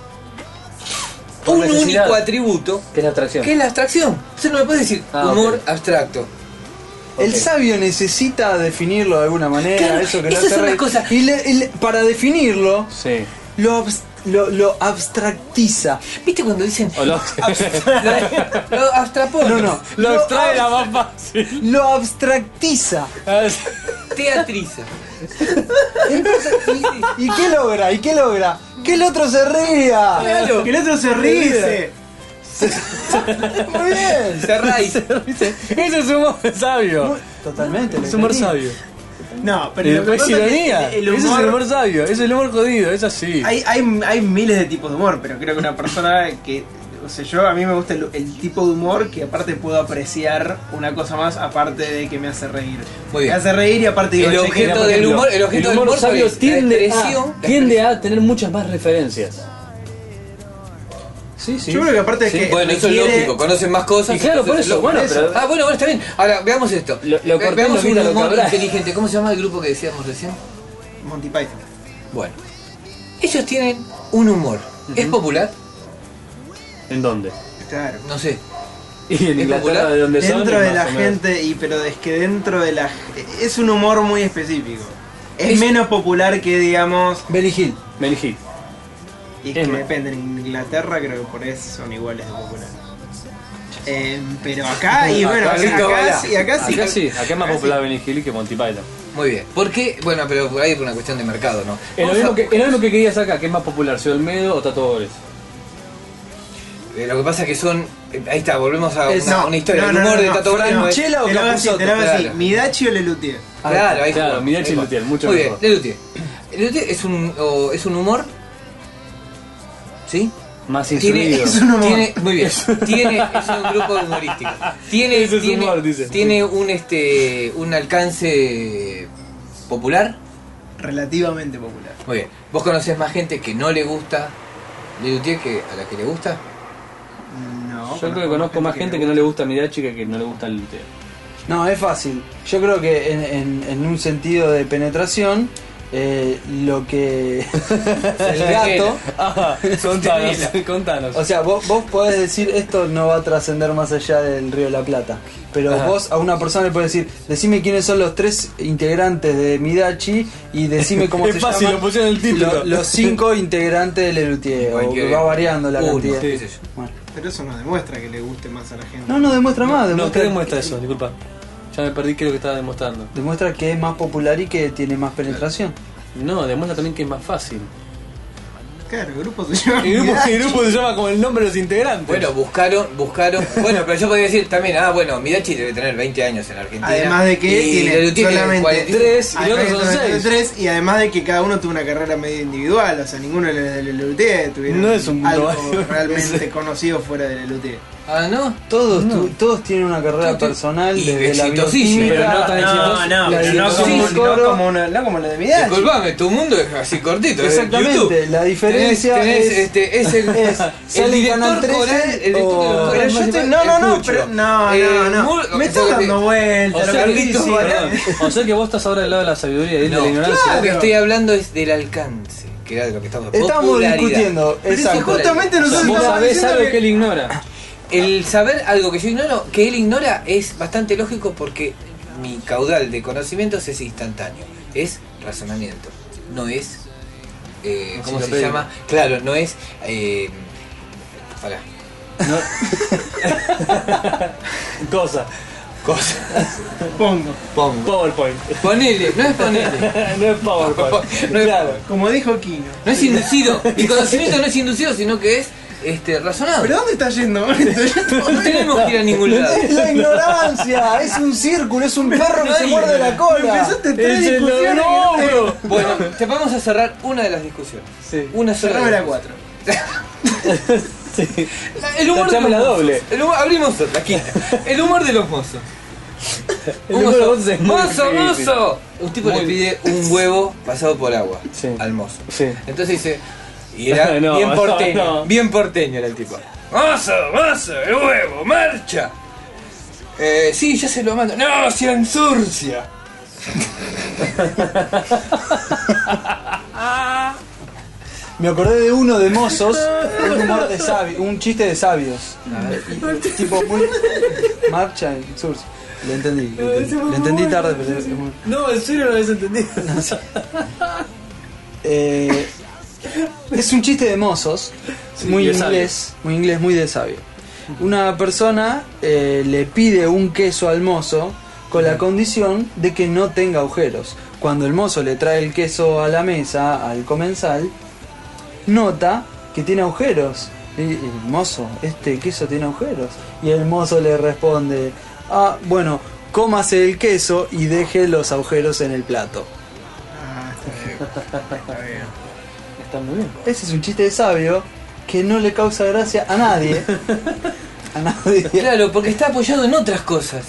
Speaker 6: Por
Speaker 1: un
Speaker 6: necesidad.
Speaker 1: único atributo
Speaker 6: ¿Qué es la abstracción?
Speaker 1: que es la abstracción. Usted no me puede decir
Speaker 6: Ah,
Speaker 1: humor
Speaker 6: ok.
Speaker 1: abstracto.
Speaker 2: El
Speaker 6: Ok.
Speaker 2: sabio necesita definirlo de alguna manera,
Speaker 1: Claro,
Speaker 2: eso que lo
Speaker 1: esas
Speaker 2: hace
Speaker 1: son las
Speaker 2: reír.
Speaker 1: cosas.
Speaker 2: Y le- y le- para definirlo,
Speaker 6: Sí.
Speaker 2: lo, abs- lo, lo abstractiza.
Speaker 1: ¿Viste cuando dicen
Speaker 6: O lo,
Speaker 1: lo, lo abstrapó?
Speaker 2: No, no.
Speaker 6: lo
Speaker 2: Lo
Speaker 6: extrae
Speaker 2: abs-
Speaker 6: la más fácil.
Speaker 2: Lo abstractiza.
Speaker 1: Teatriza.
Speaker 2: ¿Y qué logra? ¿Y qué logra? Que el otro se ría.
Speaker 1: Claro.
Speaker 4: Que el otro se ríe. y dice,
Speaker 2: Muy bien.
Speaker 1: Cerráis.
Speaker 6: Ese es humor sabio.
Speaker 2: Totalmente. lo
Speaker 6: Es humor
Speaker 2: entendí.
Speaker 6: sabio.
Speaker 4: No, pero
Speaker 6: Pero
Speaker 4: lo
Speaker 6: Eh,
Speaker 4: que pasa
Speaker 6: es
Speaker 4: es que
Speaker 6: ironía.
Speaker 4: el
Speaker 6: Ese es el humor
Speaker 4: humor-
Speaker 6: sabio. Ese es el humor jodido. Es así.
Speaker 4: Hay, hay, hay miles de tipos de humor, pero creo que una persona que. O sea, yo a mí me gusta el, el tipo de humor que aparte puedo apreciar una cosa más aparte de que me hace reír.
Speaker 1: Muy bien.
Speaker 4: Me hace reír y aparte digo,
Speaker 1: El
Speaker 4: che,
Speaker 1: objeto
Speaker 4: qué
Speaker 1: del
Speaker 4: ejemplo.
Speaker 1: humor- el objeto del humor
Speaker 6: sabio
Speaker 1: es la
Speaker 6: tiende,
Speaker 1: expresión,
Speaker 6: a,
Speaker 1: la
Speaker 6: tiende a tener muchas más referencias. Sí, sí.
Speaker 4: Yo creo que aparte es
Speaker 6: Sí.
Speaker 4: que.
Speaker 1: Bueno, eso es
Speaker 4: requiere-
Speaker 1: lógico, conocen más cosas.
Speaker 6: Y claro, por
Speaker 1: entonces
Speaker 6: eso,
Speaker 1: lo-
Speaker 6: bueno, pero-
Speaker 1: Ah, bueno, bueno, está bien. Ahora, veamos esto.
Speaker 6: Lo- lo
Speaker 1: Ve-
Speaker 6: corté,
Speaker 1: veamos
Speaker 6: lo
Speaker 1: un
Speaker 6: mira, lo
Speaker 1: humor
Speaker 6: cabrá.
Speaker 1: inteligente. ¿Cómo se llama el grupo que decíamos recién?
Speaker 4: Monty Python.
Speaker 1: Bueno, ellos tienen un humor. ¿Es popular?
Speaker 6: ¿En dónde?
Speaker 4: Claro.
Speaker 1: No sé.
Speaker 6: Y en
Speaker 1: ¿Es
Speaker 6: Inglaterra,
Speaker 1: popular?
Speaker 6: de donde son.
Speaker 4: Dentro
Speaker 6: es
Speaker 4: de
Speaker 6: más
Speaker 4: la
Speaker 6: o menos.
Speaker 4: gente, y pero es que dentro de la. Es un humor muy específico. Es, menos popular que, digamos,
Speaker 2: Benny Hill.
Speaker 5: Benny Hill.
Speaker 4: y
Speaker 5: Es
Speaker 4: que
Speaker 5: más.
Speaker 4: depende, en Inglaterra creo que por eso son iguales de populares. Em, pero acá, y bueno,
Speaker 1: Acá
Speaker 4: acá,
Speaker 1: sí,
Speaker 4: acá
Speaker 1: Cabala.
Speaker 4: sí, acá sí.
Speaker 5: Acá sí, acá es más
Speaker 4: Acá
Speaker 5: popular Benny Hill que Monty Python.
Speaker 1: Muy bien. ¿Por qué? Bueno, pero por ahí por una cuestión de mercado, ¿no?
Speaker 5: En lo,
Speaker 1: Vamos
Speaker 5: mismo
Speaker 1: a-
Speaker 5: que, en lo mismo que querías acá, ¿qué es más popular, si Olmedo o Tato Bores?
Speaker 1: Eh, lo que pasa es que son. eh, ahí está, volvemos a
Speaker 2: Es-
Speaker 1: una, una historia. el humor de Tato Bras no es-
Speaker 2: ¿Chela o
Speaker 4: Te lo hago así,
Speaker 2: Capusotto?
Speaker 4: Te lo hago así,
Speaker 1: Claro.
Speaker 4: Midachi o Lelutier.
Speaker 1: Claro, ahí
Speaker 5: Claro,
Speaker 1: jugó,
Speaker 5: Mirá
Speaker 1: ahí
Speaker 5: Chin
Speaker 1: jugó.
Speaker 5: Lutier, mucho
Speaker 1: Muy
Speaker 5: mejor.
Speaker 1: bien, Lelutier. Lelutier es un, o- es un humor. ¿Sí?
Speaker 5: Más
Speaker 1: Tiene,
Speaker 5: instruido.
Speaker 4: es un humor.
Speaker 1: tiene- muy bien, tiene, es un grupo humorístico. Tiene,
Speaker 5: Ese es
Speaker 1: tiene,
Speaker 5: humor, dice.
Speaker 1: tiene un este un alcance popular.
Speaker 4: Relativamente popular.
Speaker 1: Muy bien. ¿Vos conocés más gente que no le gusta Lelutier que a la que le gusta?
Speaker 4: No.
Speaker 5: Yo creo que conozco más gente que no le gusta Mirachi que que no le gusta el Lutero.
Speaker 2: No, es fácil. Yo creo que en, en- en un sentido de penetración, eh, lo que. el gato.
Speaker 5: contanos, contanos.
Speaker 2: O sea, vos, vos podés decir esto no va a trascender más allá del Río de la Plata. Pero
Speaker 5: Ajá.
Speaker 2: vos a una persona le podés decir, decime quiénes son los tres integrantes de Midachi y decime cómo
Speaker 5: Es
Speaker 2: se
Speaker 5: fácil,
Speaker 2: llaman
Speaker 5: lo pusieron en el título.
Speaker 2: lo- los cinco integrantes de Lelutier. O que
Speaker 1: Cualquier-
Speaker 2: va variando la
Speaker 1: Uno,
Speaker 2: cantidad.
Speaker 1: qué sé yo.
Speaker 2: Bueno.
Speaker 4: Pero eso no demuestra que le guste más a la gente.
Speaker 2: No, no demuestra más.
Speaker 5: no,
Speaker 2: Demuestra,
Speaker 5: ¿qué demuestra eso? Disculpa. Ya me perdí qué es lo que estaba demostrando.
Speaker 2: demuestra que es más popular y que tiene más penetración.
Speaker 5: No, demuestra también que es más fácil.
Speaker 4: Claro, el grupo se llama.
Speaker 5: El grupo,
Speaker 4: Midachi.
Speaker 5: el grupo se llama como el nombre de los integrantes.
Speaker 1: Bueno, buscaron, buscaron. Bueno, pero yo podría decir también, ah, bueno, Midachi debe tener 20 años en Argentina.
Speaker 4: Además de que
Speaker 1: Y
Speaker 4: tiene
Speaker 1: Lelutier tiene
Speaker 4: solamente
Speaker 1: 43.
Speaker 5: y los otros son seis.
Speaker 4: 3 y además de que cada uno tuvo una carrera medio individual, o sea, ninguno de los de Lelutier tuvieron
Speaker 5: No es un
Speaker 4: algo
Speaker 5: mundo
Speaker 4: realmente conocido fuera de Lelutier.
Speaker 1: Ah, no.
Speaker 2: Todos, tu- todos tienen una carrera
Speaker 1: Todos tienen-
Speaker 2: personal
Speaker 1: y
Speaker 2: desde la
Speaker 1: exitosísima.
Speaker 2: bioquímica
Speaker 5: Pero no tan exitoso.
Speaker 2: La
Speaker 1: como-
Speaker 2: sí, coro.
Speaker 4: una, no como la de Midachi.
Speaker 1: Disculpame, tu mundo es así cortito. es
Speaker 2: Exactamente,
Speaker 1: YouTube.
Speaker 2: la diferencia
Speaker 1: Tenés- tenés,
Speaker 2: es-
Speaker 1: este, es el,
Speaker 2: es-
Speaker 1: el
Speaker 2: sale
Speaker 1: director
Speaker 2: Canal 13
Speaker 1: coral. El director
Speaker 2: o-
Speaker 1: de los
Speaker 4: Pero
Speaker 1: corales
Speaker 4: yo te,
Speaker 1: municipales.
Speaker 4: no, no, no,
Speaker 1: Escucho.
Speaker 4: pero, no,
Speaker 1: Eh,
Speaker 4: no, no.
Speaker 1: Mur-
Speaker 4: Me estás
Speaker 1: porque-
Speaker 4: dando
Speaker 5: o
Speaker 4: vueltas.
Speaker 5: sea,
Speaker 4: lo que ¿eh?
Speaker 5: que,
Speaker 1: Carlitos
Speaker 4: sí,
Speaker 5: perdón. o sea que vos estás ahora del lado de la sabiduría y él de
Speaker 1: No,
Speaker 5: la ignorancia.
Speaker 1: claro, lo que estoy hablando es del alcance, que era de lo que estamos
Speaker 2: Estamos
Speaker 1: popularidad.
Speaker 2: discutiendo,
Speaker 1: Pero eso
Speaker 2: exacto.
Speaker 4: Justamente
Speaker 1: popularidad.
Speaker 4: nosotros
Speaker 5: Vos
Speaker 4: estamos
Speaker 5: sabés
Speaker 4: diciendo
Speaker 5: algo
Speaker 4: que-
Speaker 5: que él ignora.
Speaker 1: El saber algo que yo ignoro, que él ignora, es bastante lógico porque mi caudal de conocimientos es instantáneo. Es razonamiento. No es. eh, ¿Cómo se
Speaker 5: Enciclopedia.
Speaker 1: llama? Claro, no es. Eh, pará.
Speaker 5: Cosa.
Speaker 1: Cosa.
Speaker 4: Pongo.
Speaker 1: Pongo.
Speaker 5: PowerPoint.
Speaker 1: Ponele, no es ponele.
Speaker 5: no es PowerPoint.
Speaker 1: No es-
Speaker 5: claro.
Speaker 4: Como dijo Kino.
Speaker 1: No es inducido. El conocimiento no es inducido, sino que es este, razonado.
Speaker 4: ¿Pero dónde está yendo?
Speaker 1: no tenemos que ir a ningún lado.
Speaker 2: La ignorancia, es un círculo, es un perro que se muerde la cola.
Speaker 4: Empezaste tres
Speaker 5: Es el
Speaker 4: discusiones.
Speaker 5: no, bro.
Speaker 1: Bueno, te vamos a cerrar una de las discusiones.
Speaker 5: Sí.
Speaker 1: Una sola.
Speaker 4: Cerrame
Speaker 1: de
Speaker 4: la
Speaker 1: las
Speaker 4: 4.
Speaker 5: Sí.
Speaker 1: La- El humor
Speaker 5: Tachame
Speaker 1: de los
Speaker 5: la
Speaker 1: mozos.
Speaker 5: doble.
Speaker 1: El humor, abrimos otra, aquí. El humor de los mozos.
Speaker 5: El
Speaker 1: Un
Speaker 5: humor de los mozos es muy
Speaker 1: mozo,
Speaker 5: difícil.
Speaker 1: mozo. Un tipo le
Speaker 5: Muy-
Speaker 1: pide un huevo pasado por agua
Speaker 5: Sí.
Speaker 1: al mozo.
Speaker 5: Sí.
Speaker 1: Entonces dice, y era
Speaker 5: No,
Speaker 1: bien porteño,
Speaker 5: no.
Speaker 1: bien porteño era el tipo. Mozo, mozo, el huevo, marcha. Eh, sí, ya se lo mando. No, se ensurcia.
Speaker 2: Me acordé de uno de mozos, un humor de sabio, un chiste de sabios. tipo muy marcha en sur. Lo entendí, lo entendí, Lo entendí tarde, pero es muy-
Speaker 5: No, en serio no lo habías entendido.
Speaker 2: Eh, es un chiste de mozos,
Speaker 5: Sí,
Speaker 2: muy
Speaker 5: de sabio.
Speaker 2: inglés, muy inglés, muy de sabio. Una persona eh, le pide un queso al mozo con la condición de que no tenga agujeros. Cuando el mozo le trae el queso a la mesa, al comensal, nota que tiene agujeros. Y, y, mozo, este queso tiene agujeros. Y el mozo le responde, ah, bueno, cómase el queso y deje los agujeros en el plato.
Speaker 4: Ah, está bien.
Speaker 5: Está muy bien.
Speaker 2: Ese es un chiste de sabio que no le causa gracia a nadie. A nadie.
Speaker 1: Claro, porque está apoyado en otras cosas.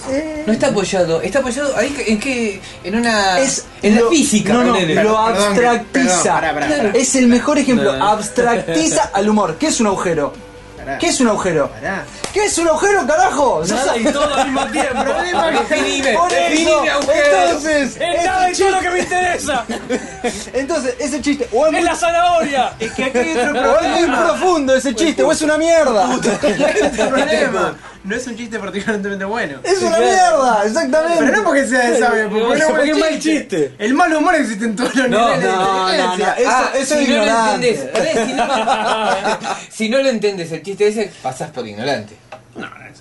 Speaker 1: No está apoyado, está apoyado ahí que- en que en una
Speaker 2: Es
Speaker 1: en
Speaker 2: lo-
Speaker 1: la física.
Speaker 2: No, no,
Speaker 1: ponele.
Speaker 2: lo
Speaker 4: Perdón, perdón,
Speaker 2: abstractiza.
Speaker 4: pará, pará, pará.
Speaker 2: Es el mejor ejemplo.
Speaker 5: No.
Speaker 2: Abstractiza al humor. ¿Qué es un agujero?
Speaker 4: Pará.
Speaker 2: ¿Qué es un agujero?
Speaker 4: Pará.
Speaker 2: ¿Qué es un agujero, carajo?
Speaker 5: Nada y todo al mismo tiempo.
Speaker 1: Definime,
Speaker 2: Por
Speaker 1: definime
Speaker 2: eso,
Speaker 1: agujero.
Speaker 2: entonces,
Speaker 5: Estaba eso es lo que me interesa.
Speaker 2: Entonces, ese chiste, o es, muy,
Speaker 5: ¡Es la zanahoria!
Speaker 4: Es que aquí hay otro
Speaker 2: o es muy
Speaker 4: problema.
Speaker 2: profundo ese chiste, o es una mierda.
Speaker 4: Aquí hay otro problema. No es un chiste particularmente bueno.
Speaker 2: Es una mierda, exactamente.
Speaker 4: Pero no porque sea de sabio, porque,
Speaker 5: Porque
Speaker 4: no es
Speaker 5: es
Speaker 4: buen
Speaker 5: mal chiste.
Speaker 4: El mal humor existe en todos los
Speaker 5: No,
Speaker 4: niveles. de
Speaker 2: no, Ah, no,
Speaker 4: inteligencia.
Speaker 2: no. Eso-
Speaker 1: Ah, si no
Speaker 2: eso es
Speaker 1: lo
Speaker 2: ignorante.
Speaker 1: entendés, pará, si, no, si no lo entendés el chiste ese, pasás por ignorante.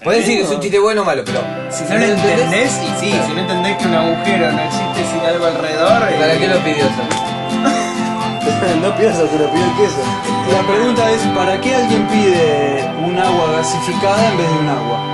Speaker 1: Podés decir que es un chiste bueno o malo, pero
Speaker 4: Si no lo entendés, y sí, si no entendés que un agujero no existe sin algo alrededor, eh,
Speaker 1: ¿Para qué lo pidió eso?
Speaker 7: no piensa, se lo pidió el queso.
Speaker 2: La pregunta es, ¿para qué alguien pide un agua gasificada en vez de un agua?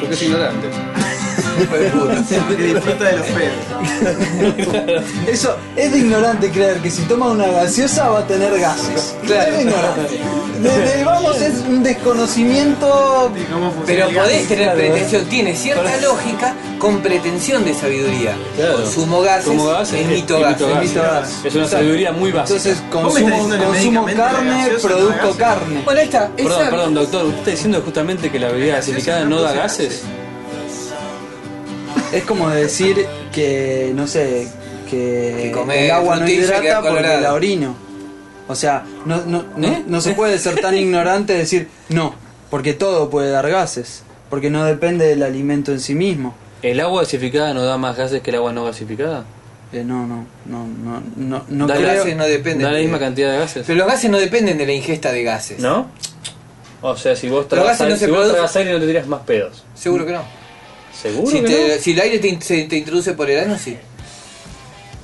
Speaker 5: Porque es ignorante.
Speaker 4: que disfruta de los feos.
Speaker 2: Eso, es de ignorante creer que si toma una gaseosa va a tener gases. Es de ignorante. Desde, vamos, es un desconocimiento...
Speaker 4: Y cómo funciona
Speaker 1: Pero
Speaker 4: el
Speaker 1: podés
Speaker 4: gas.
Speaker 1: tener
Speaker 2: claro,
Speaker 1: pretensión, tiene cierta lógica con pretensión de sabiduría.
Speaker 5: Claro.
Speaker 1: Consumo gases,
Speaker 5: Como gas, es
Speaker 1: emito
Speaker 5: es
Speaker 1: gas.
Speaker 5: mitogas.
Speaker 2: emito gas.
Speaker 5: Es una sabiduría muy básica.
Speaker 2: Entonces,
Speaker 4: ¿Vos me estás
Speaker 2: consumo,
Speaker 4: diciendo que
Speaker 2: consumo
Speaker 4: medicamento de
Speaker 2: carne,
Speaker 4: gaseosa no da
Speaker 2: producto
Speaker 4: gases?
Speaker 2: carne.
Speaker 1: Bueno, ahí está.
Speaker 5: Perdón,
Speaker 1: esa-
Speaker 5: perdón, doctor. ¿Usted está diciendo justamente que la bebida gasificada no da gases?
Speaker 2: Es como decir que, no sé, que,
Speaker 1: Que comer
Speaker 2: el agua no
Speaker 1: frutilla y
Speaker 2: hidrata
Speaker 1: quedar
Speaker 2: porque
Speaker 1: colorado.
Speaker 2: la orino. O sea, no, no, no,
Speaker 5: ¿Eh?
Speaker 2: no se puede ser tan ignorante de decir no, porque todo puede dar gases, porque no depende del alimento en sí mismo.
Speaker 5: ¿El agua gasificada no da más gases que el agua no gasificada?
Speaker 2: Eh, no, no, no, no, no, no
Speaker 5: Da
Speaker 2: creo.
Speaker 1: gases, no depende.
Speaker 5: ¿Da la misma cantidad de gases?
Speaker 1: Pero los gases no dependen de la ingesta de gases.
Speaker 5: ¿No? O sea, si vos
Speaker 1: Los
Speaker 5: tragas
Speaker 1: gases no
Speaker 5: aire,
Speaker 1: se
Speaker 5: si vos
Speaker 1: producen.
Speaker 5: tragas aire no te tiras más pedos.
Speaker 1: Seguro que no.
Speaker 5: ¿Seguro
Speaker 1: Si,
Speaker 5: que
Speaker 1: te-
Speaker 5: no?
Speaker 1: si el aire te, in- se te introduce por el ano, sí.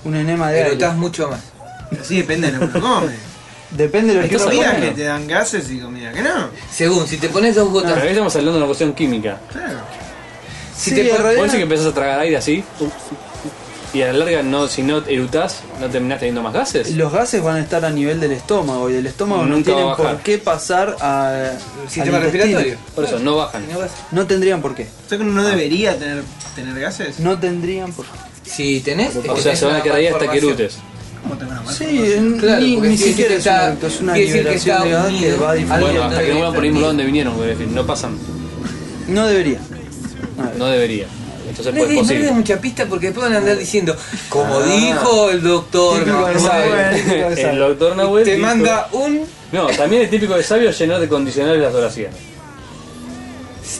Speaker 2: Un enema de
Speaker 1: Pero
Speaker 2: aire.
Speaker 1: estás mucho más.
Speaker 4: Sí, depende de lo que comes.
Speaker 2: Depende de lo
Speaker 4: Hay
Speaker 2: que
Speaker 5: Entonces,
Speaker 2: comas.
Speaker 4: comidas
Speaker 5: bueno.
Speaker 4: que te dan gases y comidas que no.
Speaker 1: Según, si te pones dos
Speaker 5: Pero
Speaker 1: gotas.
Speaker 5: acá estamos hablando de una cuestión química.
Speaker 4: Claro.
Speaker 2: Sí,
Speaker 1: si te
Speaker 2: en
Speaker 1: pon-
Speaker 5: Vos
Speaker 2: realidad-
Speaker 5: decís que empezás a tragar aire así y a la larga, no, si no erutás, no terminás teniendo más gases.
Speaker 2: Los gases van a estar a nivel del estómago y del estómago no
Speaker 5: Nunca va a
Speaker 2: tienen por
Speaker 5: bajar.
Speaker 2: qué pasar a- al
Speaker 1: Sistema
Speaker 2: intestino.
Speaker 1: respiratorio.
Speaker 5: Por eso, no
Speaker 1: Y
Speaker 5: bajan.
Speaker 1: no pasa.
Speaker 2: No tendrían por qué.
Speaker 4: ¿Sabes que uno no debería tener, tener gases?
Speaker 2: No tendrían por qué.
Speaker 1: Si tenés.
Speaker 5: O sea,
Speaker 1: tenés
Speaker 5: se van a
Speaker 1: una
Speaker 5: quedar ahí hasta que
Speaker 1: malformación.
Speaker 5: erutes.
Speaker 4: ¿Cómo tengo una mala
Speaker 2: Sí,
Speaker 4: formación?
Speaker 2: en-
Speaker 1: Claro, porque
Speaker 2: ni, ni
Speaker 1: quiere decir
Speaker 2: siquiera
Speaker 1: que
Speaker 2: es
Speaker 1: está-
Speaker 2: un acto, es una
Speaker 1: quiere decir que
Speaker 2: liberación
Speaker 1: está
Speaker 2: de gas que
Speaker 1: unido.
Speaker 2: va a difundir.
Speaker 1: Alguien
Speaker 5: Bueno, hasta que no vuelvan por el
Speaker 1: Entendido.
Speaker 5: mismo lado donde vinieron, güey, en fin, no pasan,
Speaker 2: No debería. A ver.
Speaker 5: no debería. Entonces,
Speaker 1: No
Speaker 5: pues es
Speaker 1: le des
Speaker 5: posible. Ah.
Speaker 1: mucha pista porque después van a andar diciendo, como dijo el doctor,
Speaker 2: Típico de
Speaker 1: Manuel,
Speaker 2: Manuel. Típico de
Speaker 5: El
Speaker 2: sabio.
Speaker 5: doctor Nahuel
Speaker 1: te
Speaker 5: dijo-
Speaker 1: manda un.
Speaker 5: No, también es típico de sabio llenar de condicionales las oraciones.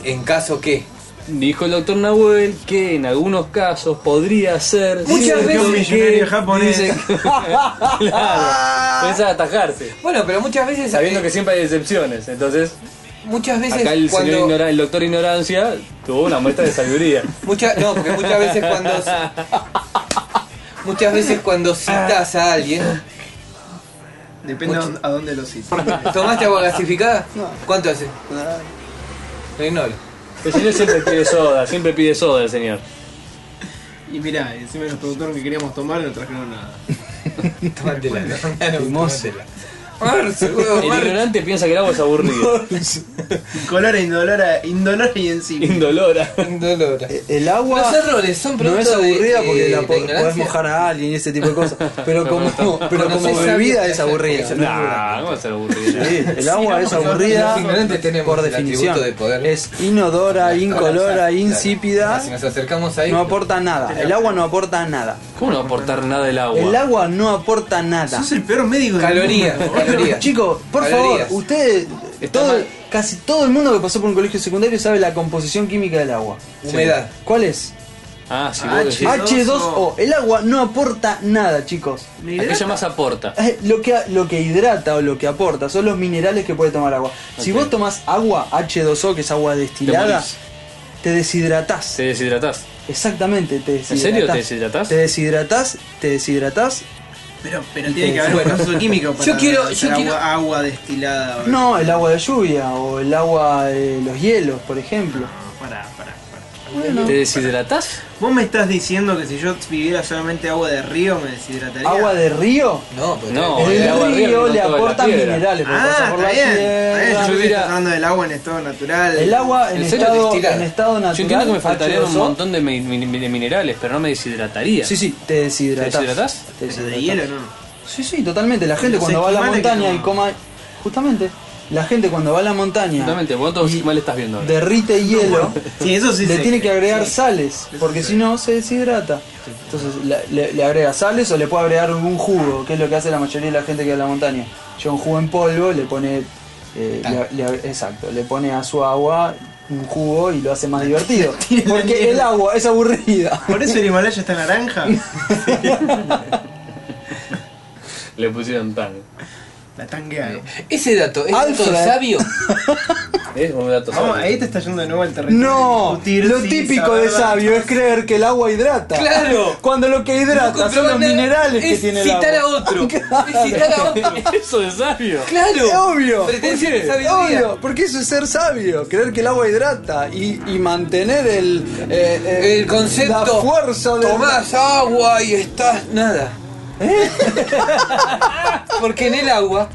Speaker 1: En caso que.
Speaker 5: Dijo el doctor Nahuel que en algunos casos podría ser.
Speaker 1: Muchas
Speaker 5: Dice
Speaker 1: veces-
Speaker 5: que-
Speaker 4: Un millonario japonés.
Speaker 5: dice que- claro, pensaba atajarse.
Speaker 1: Bueno, pero muchas veces.
Speaker 5: Sabiendo que siempre hay excepciones, entonces
Speaker 1: Muchas veces.
Speaker 5: acá el
Speaker 1: cuando,
Speaker 5: señor ignora- el doctor ignorancia tuvo una muestra de sabiduría.
Speaker 1: mucha- no, porque muchas veces cuando. Muchas veces cuando citas a alguien,
Speaker 4: Depende a dónde- a dónde lo cites.
Speaker 1: ¿Tomaste agua gasificada?
Speaker 7: No.
Speaker 1: ¿Cuánto hace?
Speaker 7: Ah,
Speaker 1: Lo ignoro.
Speaker 5: El señor siempre pide soda, siempre pide soda el señor.
Speaker 4: Y mirá, encima nos preguntaron que queríamos tomar y no trajeron nada.
Speaker 1: Tómatela. ¿no?
Speaker 2: Hermoso.
Speaker 1: Tómatela. Marce, huevo,
Speaker 5: El
Speaker 1: Marce.
Speaker 5: ignorante piensa que el agua es aburrida,
Speaker 4: Colora, indolora, indolora y encima.
Speaker 5: indolora.
Speaker 1: Dolora.
Speaker 2: Eh, El agua
Speaker 1: Los errores son
Speaker 2: no es
Speaker 1: producto de-
Speaker 2: aburrida
Speaker 1: de-
Speaker 2: porque la
Speaker 1: de
Speaker 2: po-
Speaker 1: ignorancia.
Speaker 2: podés mojar a alguien y ese tipo de cosas. Pero como, pero como
Speaker 1: Conocés a
Speaker 2: bebida
Speaker 1: alguien-
Speaker 2: es aburrida.
Speaker 5: Nah, no va a ser aburrida.
Speaker 2: Sí, el agua es
Speaker 1: Los
Speaker 2: aburrida
Speaker 1: ignorantes tenemos
Speaker 2: por
Speaker 1: el
Speaker 2: definición.
Speaker 1: atributo de poder.
Speaker 2: Es inodora, incolora,
Speaker 1: Claro.
Speaker 2: insípida.
Speaker 1: Si nos acercamos ahí.
Speaker 2: No aporta nada. El agua no aporta nada.
Speaker 5: ¿Cómo no aportar nada el agua?
Speaker 2: El agua no aporta nada.
Speaker 4: Sos el peor médico del
Speaker 1: Calorías,
Speaker 4: mundo.
Speaker 1: calorías.
Speaker 2: Chicos, por
Speaker 1: Calorías.
Speaker 2: favor, ustedes,
Speaker 5: Está
Speaker 2: todo-
Speaker 5: mal.
Speaker 2: casi todo el mundo que pasó por un colegio secundario sabe la composición química del agua.
Speaker 1: Humedad.
Speaker 2: ¿Cuál es?
Speaker 5: Ah, si vos decís.
Speaker 4: H.
Speaker 2: H2O. El agua no aporta nada, chicos.
Speaker 5: Aquella más aporta.
Speaker 2: Eh, Lo que, lo que hidrata o lo que aporta son los minerales que puede tomar agua. Si
Speaker 5: Ok.
Speaker 2: vos tomás agua H2O, que es agua
Speaker 5: Te
Speaker 2: destilada,
Speaker 5: morís.
Speaker 2: te deshidratás.
Speaker 5: Te deshidratás.
Speaker 2: Exactamente, te deshidratás.
Speaker 5: serio te deshidratás?
Speaker 2: Te deshidratás, te deshidratás.
Speaker 4: Pero, pero tiene que haber un proceso químico para
Speaker 1: Yo quiero- yo
Speaker 4: hacer agua,
Speaker 1: quiero-
Speaker 4: agua destilada. o-
Speaker 2: No, el agua de lluvia o el agua de los hielos, por ejemplo.
Speaker 4: Pará, pará, pará.
Speaker 5: ¿Te deshidratás?
Speaker 4: Vos me estás diciendo que si yo viviera solamente agua de río me deshidrataría. Ah,
Speaker 2: Agua de río.
Speaker 1: No, pues, eh, porque-
Speaker 5: No. eh,
Speaker 2: el,
Speaker 5: el agua de río
Speaker 2: río
Speaker 5: no
Speaker 2: le
Speaker 5: toca la
Speaker 2: aporta
Speaker 5: piedra.
Speaker 2: minerales. porque pasa
Speaker 4: Ah,
Speaker 2: por
Speaker 4: está
Speaker 2: la
Speaker 4: bien. Está bien.
Speaker 2: tierra.
Speaker 4: Yo
Speaker 5: Yo
Speaker 4: estoy
Speaker 5: hubiera-
Speaker 4: tratando del agua en estado natural.
Speaker 2: El agua en,
Speaker 5: ¿En serio
Speaker 2: estado,
Speaker 1: destilada?
Speaker 2: en estado natural.
Speaker 5: Yo entiendo que me faltarían un
Speaker 2: H2O.
Speaker 5: montón de, mi- mi- de minerales, pero no me deshidrataría.
Speaker 2: Sí, sí, te deshidratás.
Speaker 5: ¿Te deshidratás?
Speaker 2: Te
Speaker 4: Pero
Speaker 2: deshidratás.
Speaker 4: de hielo no.
Speaker 2: Sí, sí, totalmente. La gente
Speaker 4: Los
Speaker 2: cuando va a la
Speaker 4: esquimales que
Speaker 2: montaña
Speaker 4: no-
Speaker 2: y coma. Justamente, la gente cuando va a la montaña,
Speaker 5: Exactamente, vos todos
Speaker 2: Y-
Speaker 5: mal estás viendo ahora.
Speaker 2: derrite hielo,
Speaker 4: Sí, eso sí
Speaker 2: le
Speaker 4: sé
Speaker 2: tiene que agregar
Speaker 4: sí.
Speaker 2: sales,
Speaker 4: Eso
Speaker 2: porque
Speaker 4: sí.
Speaker 2: si no se deshidrata. Entonces la- le, le agrega sales o le puede agregar un jugo, que es lo que hace la mayoría de la gente que va a la montaña. Lleva un jugo en polvo, le pone. eh,
Speaker 1: Tanque.
Speaker 2: le- le- exacto, le pone a su agua un jugo y lo hace más divertido. Porque el agua es aburrida.
Speaker 4: Por eso el Himalaya está naranja.
Speaker 5: Le pusieron tan.
Speaker 4: La tanguearon.
Speaker 1: Ese dato, es dato
Speaker 2: Alfred.
Speaker 1: sabio.
Speaker 5: Es un dato
Speaker 4: Vamos,
Speaker 5: sabio.
Speaker 4: ahí te está yendo de nuevo el territorio.
Speaker 2: No,
Speaker 4: Discutir
Speaker 2: lo
Speaker 4: si
Speaker 2: típico
Speaker 4: saber
Speaker 2: de
Speaker 4: la-
Speaker 2: sabio es creer que el agua hidrata.
Speaker 1: Claro.
Speaker 2: Cuando lo que
Speaker 1: No
Speaker 2: hidrata son
Speaker 1: comprobás
Speaker 2: los
Speaker 1: nada,
Speaker 2: minerales que
Speaker 1: es
Speaker 2: tiene el
Speaker 1: citar
Speaker 2: agua.
Speaker 1: a otro.
Speaker 2: Claro.
Speaker 1: Es citar a otro.
Speaker 5: Eso es sabio.
Speaker 1: Claro.
Speaker 2: Es obvio.
Speaker 1: Pretensión de sabiduría.
Speaker 2: Obvio, porque eso es ser sabio, creer que el agua hidrata y, y mantener el, eh, eh,
Speaker 1: El concepto.
Speaker 2: la fuerza de
Speaker 1: Tomás agua y estás nada.
Speaker 2: ¿Eh?
Speaker 1: Porque en el agua,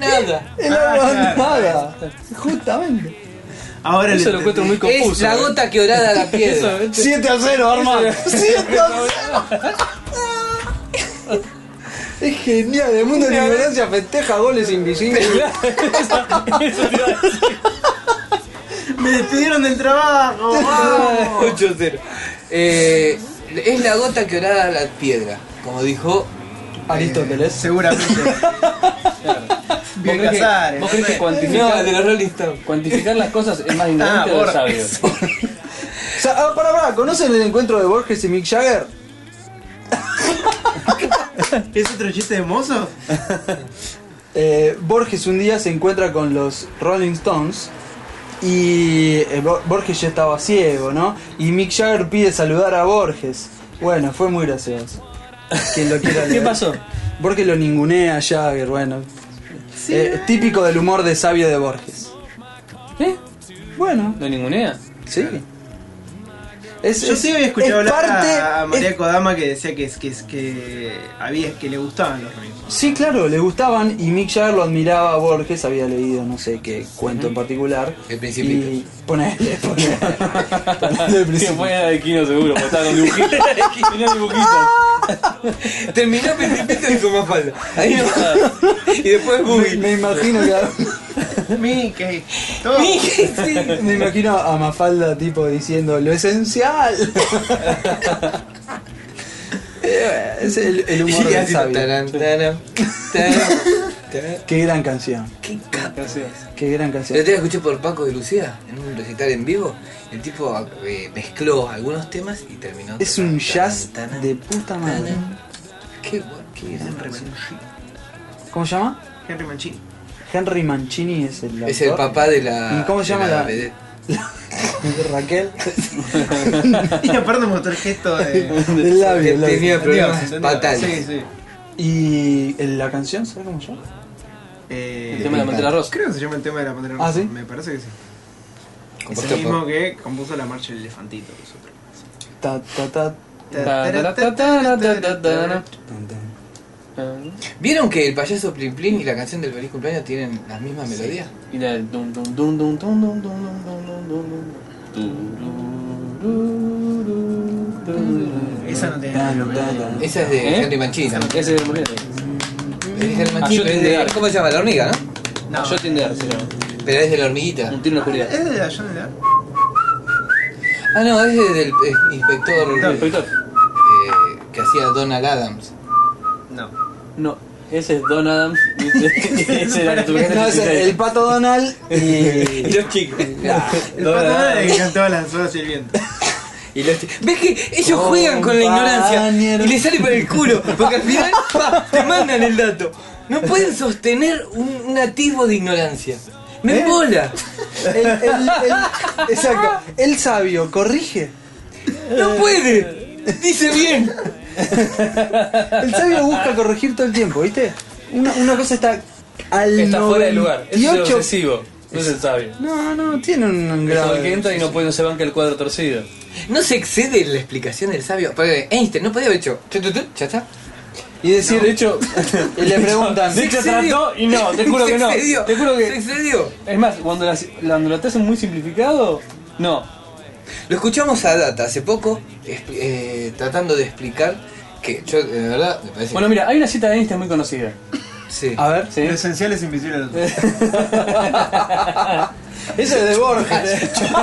Speaker 1: nada.
Speaker 2: el
Speaker 4: Ah,
Speaker 2: agua
Speaker 4: claro.
Speaker 2: nada, justamente.
Speaker 4: Ahora
Speaker 5: Eso
Speaker 4: le
Speaker 5: lo encuentro muy confuso.
Speaker 1: Es la
Speaker 5: ¿eh?
Speaker 1: gota que orada la piedra.
Speaker 2: 7 a 0, hermano. 7 a 0. Es genial, el mundo de la ignorancia festeja goles invisibles.
Speaker 4: Me despidieron del trabajo. ¡Vamos!
Speaker 1: 8-0. Eh, es la gota que orada la piedra. Como dijo.
Speaker 2: Aristóteles.
Speaker 4: Seguramente.
Speaker 5: ¿Vos
Speaker 4: Bien
Speaker 5: crees que,
Speaker 4: Casares.
Speaker 5: vos crees que
Speaker 1: No,
Speaker 5: cuantificar,
Speaker 1: el de los Rolling Stones.
Speaker 5: cuantificar las cosas es más ignorante
Speaker 4: Ah,
Speaker 5: o
Speaker 4: por-
Speaker 5: sabio?
Speaker 2: O sea, ah, pará, pará, ¿conocen el encuentro de Borges y Mick Jagger?
Speaker 4: ¿Es otro chiste de mozo?
Speaker 2: Eh, Borges un día se encuentra con los Rolling Stones y eh, Bo- Borges ya estaba ciego, ¿no? Y Mick Jagger pide saludar a Borges. Bueno, fue muy gracioso. Quien lo quiera
Speaker 5: ¿Qué
Speaker 2: leer.
Speaker 5: pasó?
Speaker 2: Borges lo ningunea a Jagger, bueno. Eh, típico del humor de sabio de Borges.
Speaker 5: ¿Eh?
Speaker 2: Bueno,
Speaker 5: ¿No hay ningunea?
Speaker 2: sí. Es,
Speaker 4: Yo
Speaker 2: es-
Speaker 4: sí había escuchado
Speaker 2: es
Speaker 4: hablar
Speaker 2: parte-
Speaker 4: a, a María
Speaker 2: es-
Speaker 4: Kodama que decía que, que, que, había, que le gustaban los Rolling Stones.
Speaker 2: Sí, claro, le gustaban y Mick Jagger lo admiraba a Borges, había leído no sé qué cuento en particular.
Speaker 1: El Principito.
Speaker 2: Y ponele, ponele. ponele el
Speaker 5: Sí,
Speaker 2: Principito.
Speaker 5: fue de Kino seguro, porque estaba con dibujitos. Tenía dibujitos.
Speaker 1: Terminó Principito y dijo más falda. Ahí no. Y después
Speaker 2: Me,
Speaker 1: Boogie.
Speaker 2: me imagino que
Speaker 4: Mickey, todo.
Speaker 2: me imagino a Mafalda tipo diciendo lo esencial. Eh, es el, el humor
Speaker 1: Y
Speaker 2: del
Speaker 1: así,
Speaker 2: sabio.
Speaker 1: taran, taran, taran, taran.
Speaker 2: Qué gran canción.
Speaker 1: Qué capo.
Speaker 2: Qué gran
Speaker 1: El
Speaker 2: canción.
Speaker 1: otro día escuché por Paco de Lucía en un recital en vivo. El tipo eh, mezcló algunos temas y terminó.
Speaker 2: Es un
Speaker 1: taran,
Speaker 2: jazz
Speaker 1: taran, taran,
Speaker 2: de puta madre.
Speaker 1: taran. Qué bueno, qué gran
Speaker 4: Henry
Speaker 1: canción.
Speaker 4: Mancini.
Speaker 2: ¿Cómo se llama?
Speaker 4: Henry Mancini.
Speaker 2: Henry Mancini es el
Speaker 1: Es el
Speaker 2: autor.
Speaker 1: papá de la.
Speaker 2: ¿Y cómo se
Speaker 1: de
Speaker 2: llama la-
Speaker 1: vedette.
Speaker 2: Raquel.
Speaker 4: Y aparte mostró el gesto de...
Speaker 2: Del labio, el labio.
Speaker 1: Tenía problemas
Speaker 4: ¿entendés?
Speaker 1: fatales.
Speaker 4: Sí, sí.
Speaker 2: ¿Y el- la canción? ¿Sabes cómo se llama?
Speaker 4: Eh,
Speaker 6: El tema de la pantera rosa.
Speaker 4: Creo que se llama el tema de la pantera
Speaker 2: Ah,
Speaker 4: rosa.
Speaker 2: ¿sí?
Speaker 4: Me parece que sí. Es
Speaker 1: Compuesto
Speaker 4: el mismo que compuso la marcha del elefantito. que es otro.
Speaker 2: Ta, ta, ta, tan, tan.
Speaker 1: ¿Vieron que el payaso Plin Plin y la canción del feliz cumpleaños tienen las mismas melodías?
Speaker 6: Y la del dum, dum, dum, dum, dum, dum, dum, dum, dum, dum, dum, dum. Tururú, tururú.
Speaker 4: Esa no tiene nada que ver.
Speaker 2: Tan, tan, tan.
Speaker 1: Esa es de
Speaker 6: ¿Eh?
Speaker 1: Henry Mancini.
Speaker 6: Ese es el muriente.
Speaker 1: Es de Henry
Speaker 6: Ah, yo
Speaker 1: Mancini, pero es
Speaker 6: te
Speaker 1: de,
Speaker 6: digo.
Speaker 1: ¿cómo se llama? La hormiga, ¿no?
Speaker 4: No.
Speaker 6: Yo Tinder se llama.
Speaker 1: Pero es de la hormiguita.
Speaker 6: Un tiro en la oscuridad.
Speaker 4: ¿Es de la Johnny Depp?
Speaker 1: Ah, no, es de- del eh, inspector
Speaker 6: No,
Speaker 1: eh,
Speaker 6: inspector.
Speaker 1: que hacía Donald Adams.
Speaker 4: No.
Speaker 6: No, ese es Don Adams. y ese- Ese era tu
Speaker 2: No, es el, el pato Donald y.
Speaker 6: los chicos.
Speaker 4: El patrón de que cantaba las horas del viento.
Speaker 1: Y los ch- ¿Ves que ellos juegan con la ignorancia
Speaker 2: Compañero.
Speaker 1: y les sale por el culo? Porque al final pa, te mandan el dato. No pueden sostener un, un atisbo de ignorancia.
Speaker 6: ¿Eh?
Speaker 1: Me embola.
Speaker 2: El, el- el- exacto. El sabio corrige.
Speaker 6: Eh.
Speaker 1: No puede. Dice bien.
Speaker 2: El sabio busca corregir todo el tiempo, ¿viste? Una, una cosa está al.
Speaker 6: Está fuera de lugar. Ese es el
Speaker 2: 98.
Speaker 6: obsesivo. No es el sabio.
Speaker 2: No, no, tiene un
Speaker 6: Es como el
Speaker 2: grado.
Speaker 6: que entra y no, puede, no se banca el cuadro torcido.
Speaker 1: No se excede la explicación del sabio. Porque Einstein no podía haber hecho. tu, tu, tu, Ya está.
Speaker 2: Y decir,
Speaker 6: De hecho,
Speaker 2: y le preguntan.
Speaker 6: Sí, se
Speaker 1: ¿En serio?
Speaker 6: trató y no, te juro
Speaker 1: Se
Speaker 6: que no.
Speaker 1: excedió,
Speaker 6: Te juro
Speaker 1: Se
Speaker 6: que.
Speaker 1: excedió.
Speaker 6: Es más, cuando las- cuando lo te hacen muy simplificado, no.
Speaker 1: Lo escuchamos a Data hace poco expli- eh, tratando de explicar que yo, de verdad, me parece.
Speaker 6: Bueno, Ah. mira, hay una cita de Einstein muy conocida.
Speaker 1: sí.
Speaker 2: A ver.
Speaker 6: ¿sí?
Speaker 4: Lo esencial es invisible a los ojos.
Speaker 2: Ese es de Borges.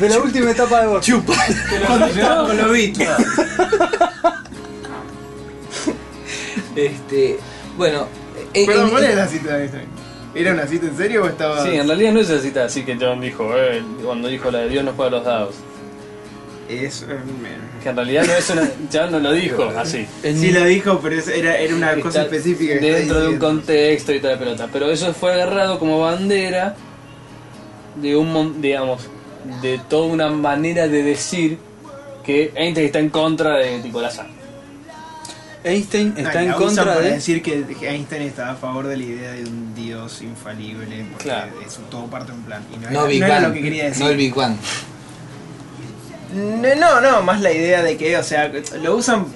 Speaker 2: de la última etapa de Borges.
Speaker 1: Chupa.
Speaker 4: Con los Beatles.
Speaker 1: Este, bueno, en-
Speaker 4: Perdón,
Speaker 1: en-
Speaker 4: ¿cuál es la cita de Einstein? ¿Era una cita en serio o estaba.?
Speaker 6: Sí, en realidad no es esa cita así que John dijo, eh, cuando dijo la de Dios no juega los dados.
Speaker 4: Es. eh, me-
Speaker 6: Que en realidad no es una. John no lo dijo así.
Speaker 4: Sí lo dijo, pero es- era, era una cosa
Speaker 6: Está
Speaker 4: específica. que
Speaker 6: Dentro
Speaker 4: estaba
Speaker 6: de un
Speaker 4: diciendo.
Speaker 6: contexto y toda la pelota. Pero eso fue agarrado como bandera de un. mon- digamos, de toda una manera de decir que Einstein está en contra de Nicolás A.
Speaker 2: Einstein está
Speaker 4: Ay,
Speaker 2: en
Speaker 4: la usan
Speaker 2: contra
Speaker 4: para
Speaker 2: de.
Speaker 4: decir que que Einstein estaba a favor de la idea de un dios infalible porque
Speaker 6: Claro.
Speaker 4: es un- todo parte de un plan y no,
Speaker 1: no
Speaker 4: era,
Speaker 1: Big
Speaker 4: no era
Speaker 1: Bang,
Speaker 4: lo que quería decir
Speaker 1: no el Big Bang.
Speaker 4: No, no, no, más la idea de que, o sea, lo usan.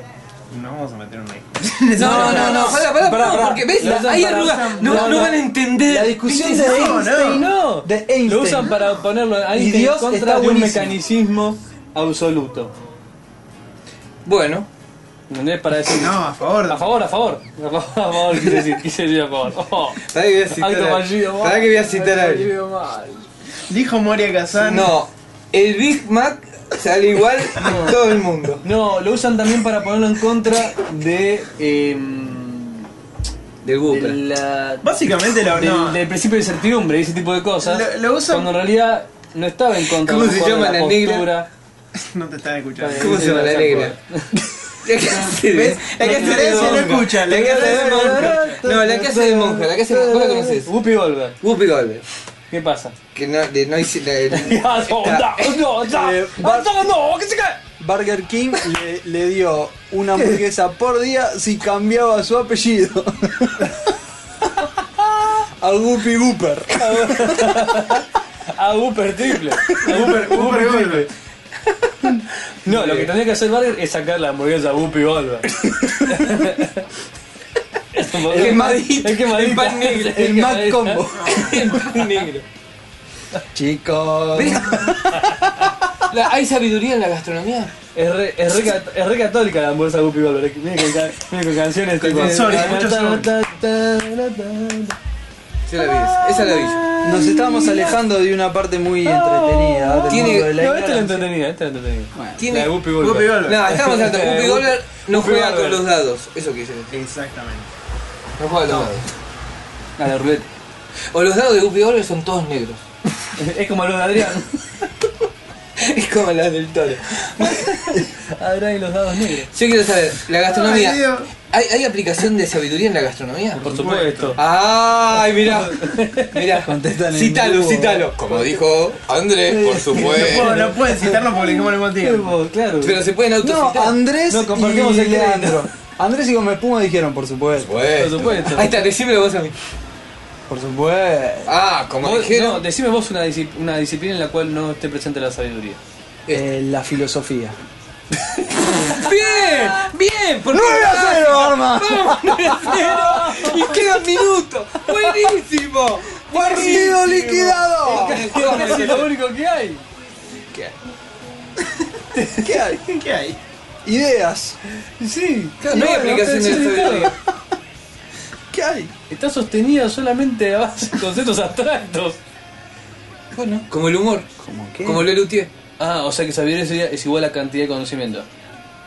Speaker 4: No vamos a meter una discusión.
Speaker 1: No, no, no,
Speaker 2: no,
Speaker 1: pará, pará,
Speaker 2: pará,
Speaker 1: no,
Speaker 2: pará.
Speaker 1: porque ves,
Speaker 6: Lo
Speaker 1: la-
Speaker 6: usan
Speaker 1: hay
Speaker 6: para-
Speaker 1: arrugas, no,
Speaker 6: no,
Speaker 1: no
Speaker 6: no.
Speaker 1: van a entender.
Speaker 2: La discusión de
Speaker 1: ¿Viste?
Speaker 4: No,
Speaker 2: Einstein.
Speaker 6: no.
Speaker 2: De Einstein.
Speaker 6: Lo usan para ponerlo a Einstein
Speaker 2: Dios
Speaker 6: en contra
Speaker 2: está
Speaker 6: de un
Speaker 2: buenísimo.
Speaker 6: mecanicismo absoluto.
Speaker 1: Bueno,
Speaker 6: ¿Entendés? Para decir.
Speaker 4: No, a favor.
Speaker 6: A favor, a favor. A favor, a favor, quise decir, quise decir a favor. Oh.
Speaker 1: ¿sabés que voy a citar?
Speaker 6: Acto
Speaker 1: a-
Speaker 6: fallido, mal.
Speaker 1: ¿Sabés que voy a citar a
Speaker 6: Acto
Speaker 1: alguien?
Speaker 6: fallido, mal.
Speaker 4: Dijo Moria Kazan.
Speaker 1: No, el Big Mac sale igual a todo el mundo.
Speaker 6: No, lo usan también para ponerlo en contra de. em,
Speaker 1: Del
Speaker 6: de
Speaker 1: Whooper.
Speaker 6: la,
Speaker 4: Básicamente lo.
Speaker 6: del,
Speaker 4: no.
Speaker 6: del principio de incertidumbre y ese tipo de cosas.
Speaker 4: Lo- lo usan-
Speaker 6: Cuando en realidad no estaba en contra
Speaker 1: ¿Cómo
Speaker 6: a lo
Speaker 1: se
Speaker 6: mejor,
Speaker 1: llama
Speaker 6: de
Speaker 1: la
Speaker 6: la
Speaker 1: negra?
Speaker 6: postura.
Speaker 4: No te están escuchando.
Speaker 6: Está bien.
Speaker 1: ¿Cómo se llama la negra?
Speaker 4: ¿Ves? La que hace de monja.
Speaker 1: La que hace de monja. No, la que hace de monja, la que hace de monja. ¿Cómo la conoces?
Speaker 6: Whoopi Goldberg.
Speaker 1: Whoopi Goldberg.
Speaker 6: ¿Qué pasa?
Speaker 1: Que no, de- no hice. la- la-
Speaker 6: Ah, no,
Speaker 1: esta-
Speaker 6: no, no, no,
Speaker 2: Eh,
Speaker 6: ah, no, no, que se cae.
Speaker 2: Burger King le, le dio una hamburguesa por día si cambiaba su apellido. A Guppy Gooper.
Speaker 6: A Whooper Ah, triple.
Speaker 4: Uber- Uber Goldberg.
Speaker 6: No, lo que tendría que hacer Barger es sacar la hamburguesa a Whoopi Goldberg.
Speaker 1: El quemadito.
Speaker 6: El quemadito.
Speaker 1: El pan negro.
Speaker 2: El Mac Combo.
Speaker 1: negro.
Speaker 2: Chicos.
Speaker 1: ¿Ves? La- ¿Hay sabiduría en la gastronomía?
Speaker 6: Es re, es, re, cat- es re católica la bolsa Guppy Goldberg. Mira con, ca- mira con canciones tipo.
Speaker 4: sol, mucho sol.
Speaker 1: Yo la vi, esa la vi.
Speaker 2: Nos estábamos alejando de una parte muy entretenida. del
Speaker 1: Tiene-
Speaker 2: mundo de la
Speaker 6: No, esta la
Speaker 2: ignorancia.
Speaker 6: entretenida, esta la entretenida. La
Speaker 1: Tiene...
Speaker 6: de Guppy Goldberg.
Speaker 4: Whoopi Goldberg.
Speaker 1: No, estamos hablando. Whoopi Goldberg no
Speaker 6: Whoopi
Speaker 1: juega con
Speaker 6: Goldberg.
Speaker 1: los dados. Eso quise decir.
Speaker 4: Exactamente.
Speaker 1: No juega con los dados.
Speaker 6: La de Ruleta.
Speaker 1: O los dados de Whoopi Goldberg son todos negros.
Speaker 6: Es como los de Adrián.
Speaker 1: Es como las del toro.
Speaker 6: Adrián y los dados negros.
Speaker 1: Yo quiero saber, la gastronomía.
Speaker 4: Ay, Dios.
Speaker 1: ¿Hay, hay aplicación de sabiduría en la gastronomía?
Speaker 6: Por supuesto.
Speaker 1: ¡Ay, mirá! Mirá,
Speaker 2: Contestan en
Speaker 1: citalo,
Speaker 2: vivo.
Speaker 1: citalo. Como dijo Andrés, por
Speaker 4: No, puedo-
Speaker 1: supuesto.
Speaker 4: no pueden citarnos porque le dijimos al mismo tiempo.
Speaker 6: Oh, Claro.
Speaker 1: Pero se pueden
Speaker 2: No,
Speaker 1: autocitar.
Speaker 2: Andrés
Speaker 6: No, compartimos
Speaker 2: y
Speaker 6: el
Speaker 2: Leandro. Andrés y Gómez Puma dijeron, por supuesto.
Speaker 1: Por
Speaker 5: supuesto.
Speaker 1: Ahí está, decímelo vos a mí.
Speaker 2: Por supuesto.
Speaker 1: Ah, como
Speaker 5: Vos-
Speaker 1: dijeron.
Speaker 5: no, decime vos una, disci- una disciplina en la cual no esté presente la sabiduría.
Speaker 2: Eh, la filosofía.
Speaker 1: ¡Bien! ¡Bien! Porque
Speaker 2: 9 a 0, arma.
Speaker 1: y quedan minutos. ¡Buenísimo!
Speaker 2: Partido liquidado.
Speaker 5: es lo único que hay.
Speaker 2: ¿Qué hay?
Speaker 4: ¿Qué hay?
Speaker 2: Ideas.
Speaker 5: Sí,
Speaker 1: No hay aplicación de esto.
Speaker 2: ¿Qué hay?
Speaker 5: Está sostenida solamente a base de conceptos abstractos.
Speaker 2: Bueno.
Speaker 1: Como el humor.
Speaker 2: ¿Cómo qué?
Speaker 1: Como lo elutié.
Speaker 5: Ah, o sea que sabiduría sería- es igual a cantidad de conocimiento.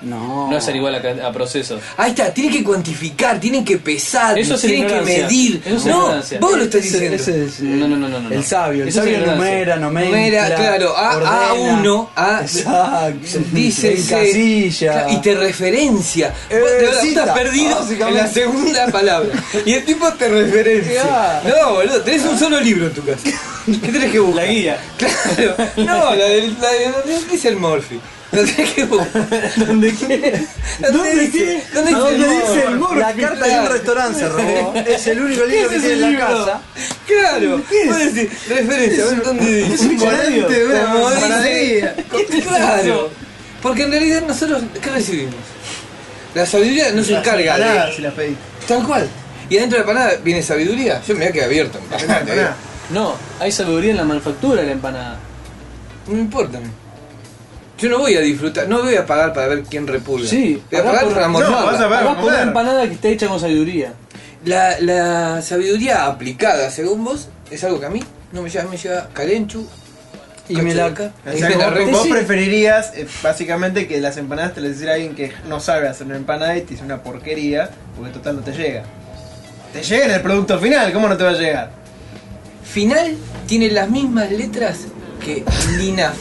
Speaker 2: No.
Speaker 5: No es ser igual a, can- a procesos.
Speaker 1: Ahí está, tienen que cuantificar, tienen que pesar,
Speaker 5: Eso es
Speaker 1: tienen que
Speaker 5: ignorancia.
Speaker 1: medir.
Speaker 5: Eso es
Speaker 1: no,
Speaker 5: ignorancia.
Speaker 1: vos lo estás
Speaker 2: Ese-
Speaker 1: diciendo.
Speaker 2: ese es, eh,
Speaker 5: No, no, no, no, no.
Speaker 2: El sabio. El
Speaker 5: Esa es
Speaker 2: sabio
Speaker 5: ignorancia.
Speaker 2: numera, nomencla.
Speaker 1: Numera, claro, A-
Speaker 2: ordena.
Speaker 1: A1, A-
Speaker 2: Exacto.
Speaker 1: Dice
Speaker 2: En casilla.
Speaker 1: Y te referencia. Vos
Speaker 2: Eh,
Speaker 1: de verdad
Speaker 2: cita,
Speaker 1: estás perdido en la
Speaker 2: básicamente.
Speaker 1: segunda palabra. Y el tipo te referencia.
Speaker 2: Claro.
Speaker 1: No, boludo, tenés un solo libro en tu casa. ¿Qué tenés que buscar?
Speaker 5: La guía.
Speaker 1: Claro. No, la del. La del. La del dice el Morphy. No tenés que buscar.
Speaker 2: ¿Dónde qué?
Speaker 1: ¿Dónde dice? ¿Dónde dice el
Speaker 2: dice
Speaker 1: Morphy?
Speaker 2: el Morphy? La carta de un restaurante se robó. Es el único libro que tiene en la casa.
Speaker 1: Claro. Vos decís, referencia, ¿ves dónde dice?
Speaker 4: Es un volante de una
Speaker 1: Como dice-
Speaker 4: panadería.
Speaker 1: Claro. Porque en realidad nosotros, ¿qué recibimos? La sabiduría no se encarga de.
Speaker 4: Nada, si las pedí.
Speaker 1: Tal cual. Y adentro de la panada viene sabiduría. Yo me voy a quedar abierto.
Speaker 4: Nada, nada.
Speaker 5: No, hay sabiduría en la manufactura de la empanada.
Speaker 1: ¿eh? No me importa. Yo no voy a disfrutar, no voy a pagar para ver quién repulga.
Speaker 5: Sí,
Speaker 1: voy a
Speaker 5: pagá
Speaker 1: pagar
Speaker 5: por-
Speaker 1: para
Speaker 5: no,
Speaker 1: morfarla.
Speaker 4: vas a ver. Claro,
Speaker 5: Pagás por
Speaker 4: comer.
Speaker 5: una empanada que está hecha con sabiduría.
Speaker 1: la, la sabiduría aplicada, según vos, es algo que a mí no me lleva, me lleva calenchu.
Speaker 2: Y me la-
Speaker 1: cachaca,
Speaker 4: O
Speaker 1: y
Speaker 4: sea,
Speaker 1: me la
Speaker 4: vos-
Speaker 1: re-
Speaker 4: vos
Speaker 1: Sí.
Speaker 4: preferirías eh, básicamente que las empanadas te las hiciera alguien que no sabe hacer una empanada y te hizo una porquería, porque total no te llega. Te llega en el producto final, ¿cómo no te va a llegar?
Speaker 1: Final tiene las mismas letras que Lina.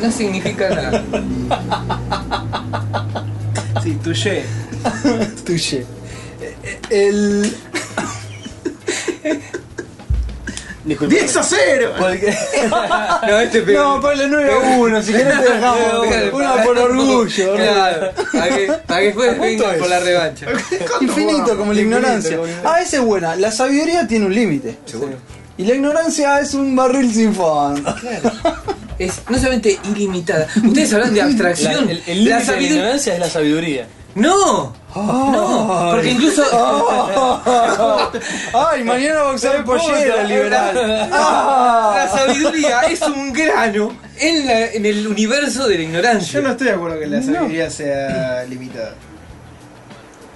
Speaker 1: No significa nada.
Speaker 4: Sí, tuye.
Speaker 2: Tuye. Eh, eh, El.
Speaker 4: 10 a 0.
Speaker 1: No, este es
Speaker 2: No, ponle 9 a 1. Si querés te dejamos. Una por orgullo.
Speaker 1: Claro, para que, para que después
Speaker 2: Justo
Speaker 1: venga por
Speaker 2: eso.
Speaker 1: la revancha.
Speaker 2: Infinito como la ignorancia. Ah, esa es buena. La sabiduría tiene un límite.
Speaker 1: Seguro.
Speaker 2: Y la ignorancia es un barril sin fondo.
Speaker 1: Es no solamente ilimitada. Ustedes hablan de
Speaker 5: La,
Speaker 1: abstracción.
Speaker 5: el
Speaker 1: la
Speaker 5: el límite de la
Speaker 1: sabiduría.
Speaker 5: ignorancia es la sabiduría.
Speaker 1: No, no, porque incluso.
Speaker 2: Ay, mañana boxeo pollera, liberal. Ah.
Speaker 1: La sabiduría es un grano en, la- en el universo de la ignorancia.
Speaker 4: Yo no estoy de acuerdo que la sabiduría sea limitada.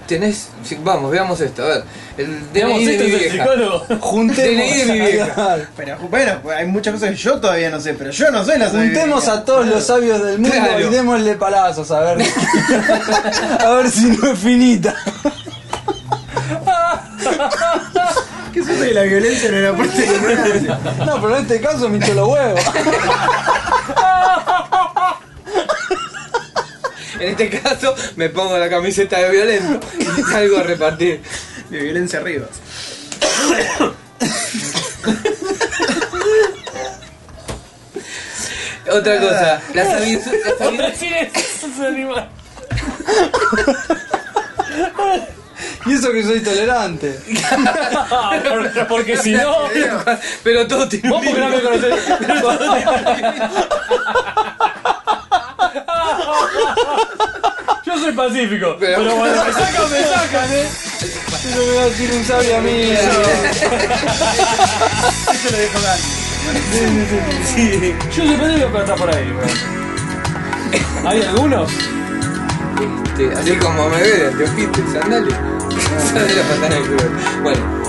Speaker 1: Tenés. sí, Vamos, veamos esto. A ver. El
Speaker 5: Digamos,
Speaker 1: DNI de
Speaker 5: esto
Speaker 1: mi
Speaker 5: es el
Speaker 1: vieja.
Speaker 5: psicólogo.
Speaker 2: Juntemos.
Speaker 1: DNI de mi vieja.
Speaker 4: Pero bueno, hay muchas cosas que yo todavía no sé, pero yo no soy la sabiduría.
Speaker 2: Juntemos a todos los sabios del mundo
Speaker 1: Claro.
Speaker 2: y démosle palazos a ver. a ver si no es finita.
Speaker 4: ¿Qué es eso de la violencia en la parte de la ignorancia?
Speaker 2: No, pero en este caso me hincho los huevos.
Speaker 1: En este caso, me pongo la camiseta de violento y salgo a repartir.
Speaker 4: De violencia arriba.
Speaker 1: Otra cosa,
Speaker 5: Ah.
Speaker 1: la sabiduría. La sabiduría
Speaker 2: Y eso que soy tolerante.
Speaker 5: Porque si no,
Speaker 1: pero todo tiene un
Speaker 5: vos porque no me conocés. Yo soy pacífico.
Speaker 1: Pero-
Speaker 5: Pero bueno, me sacan, me sacan, eh.
Speaker 2: Eso me va a decir un sabio a mí.
Speaker 4: Eso lo dejo Gandhi.
Speaker 5: Yo soy pacífico, pero está por ahí, bro. ¿Hay algunos? Ah.
Speaker 1: Este, así como me ve de anteojitos, sandalias. Sale la pantalla del culo. Bueno,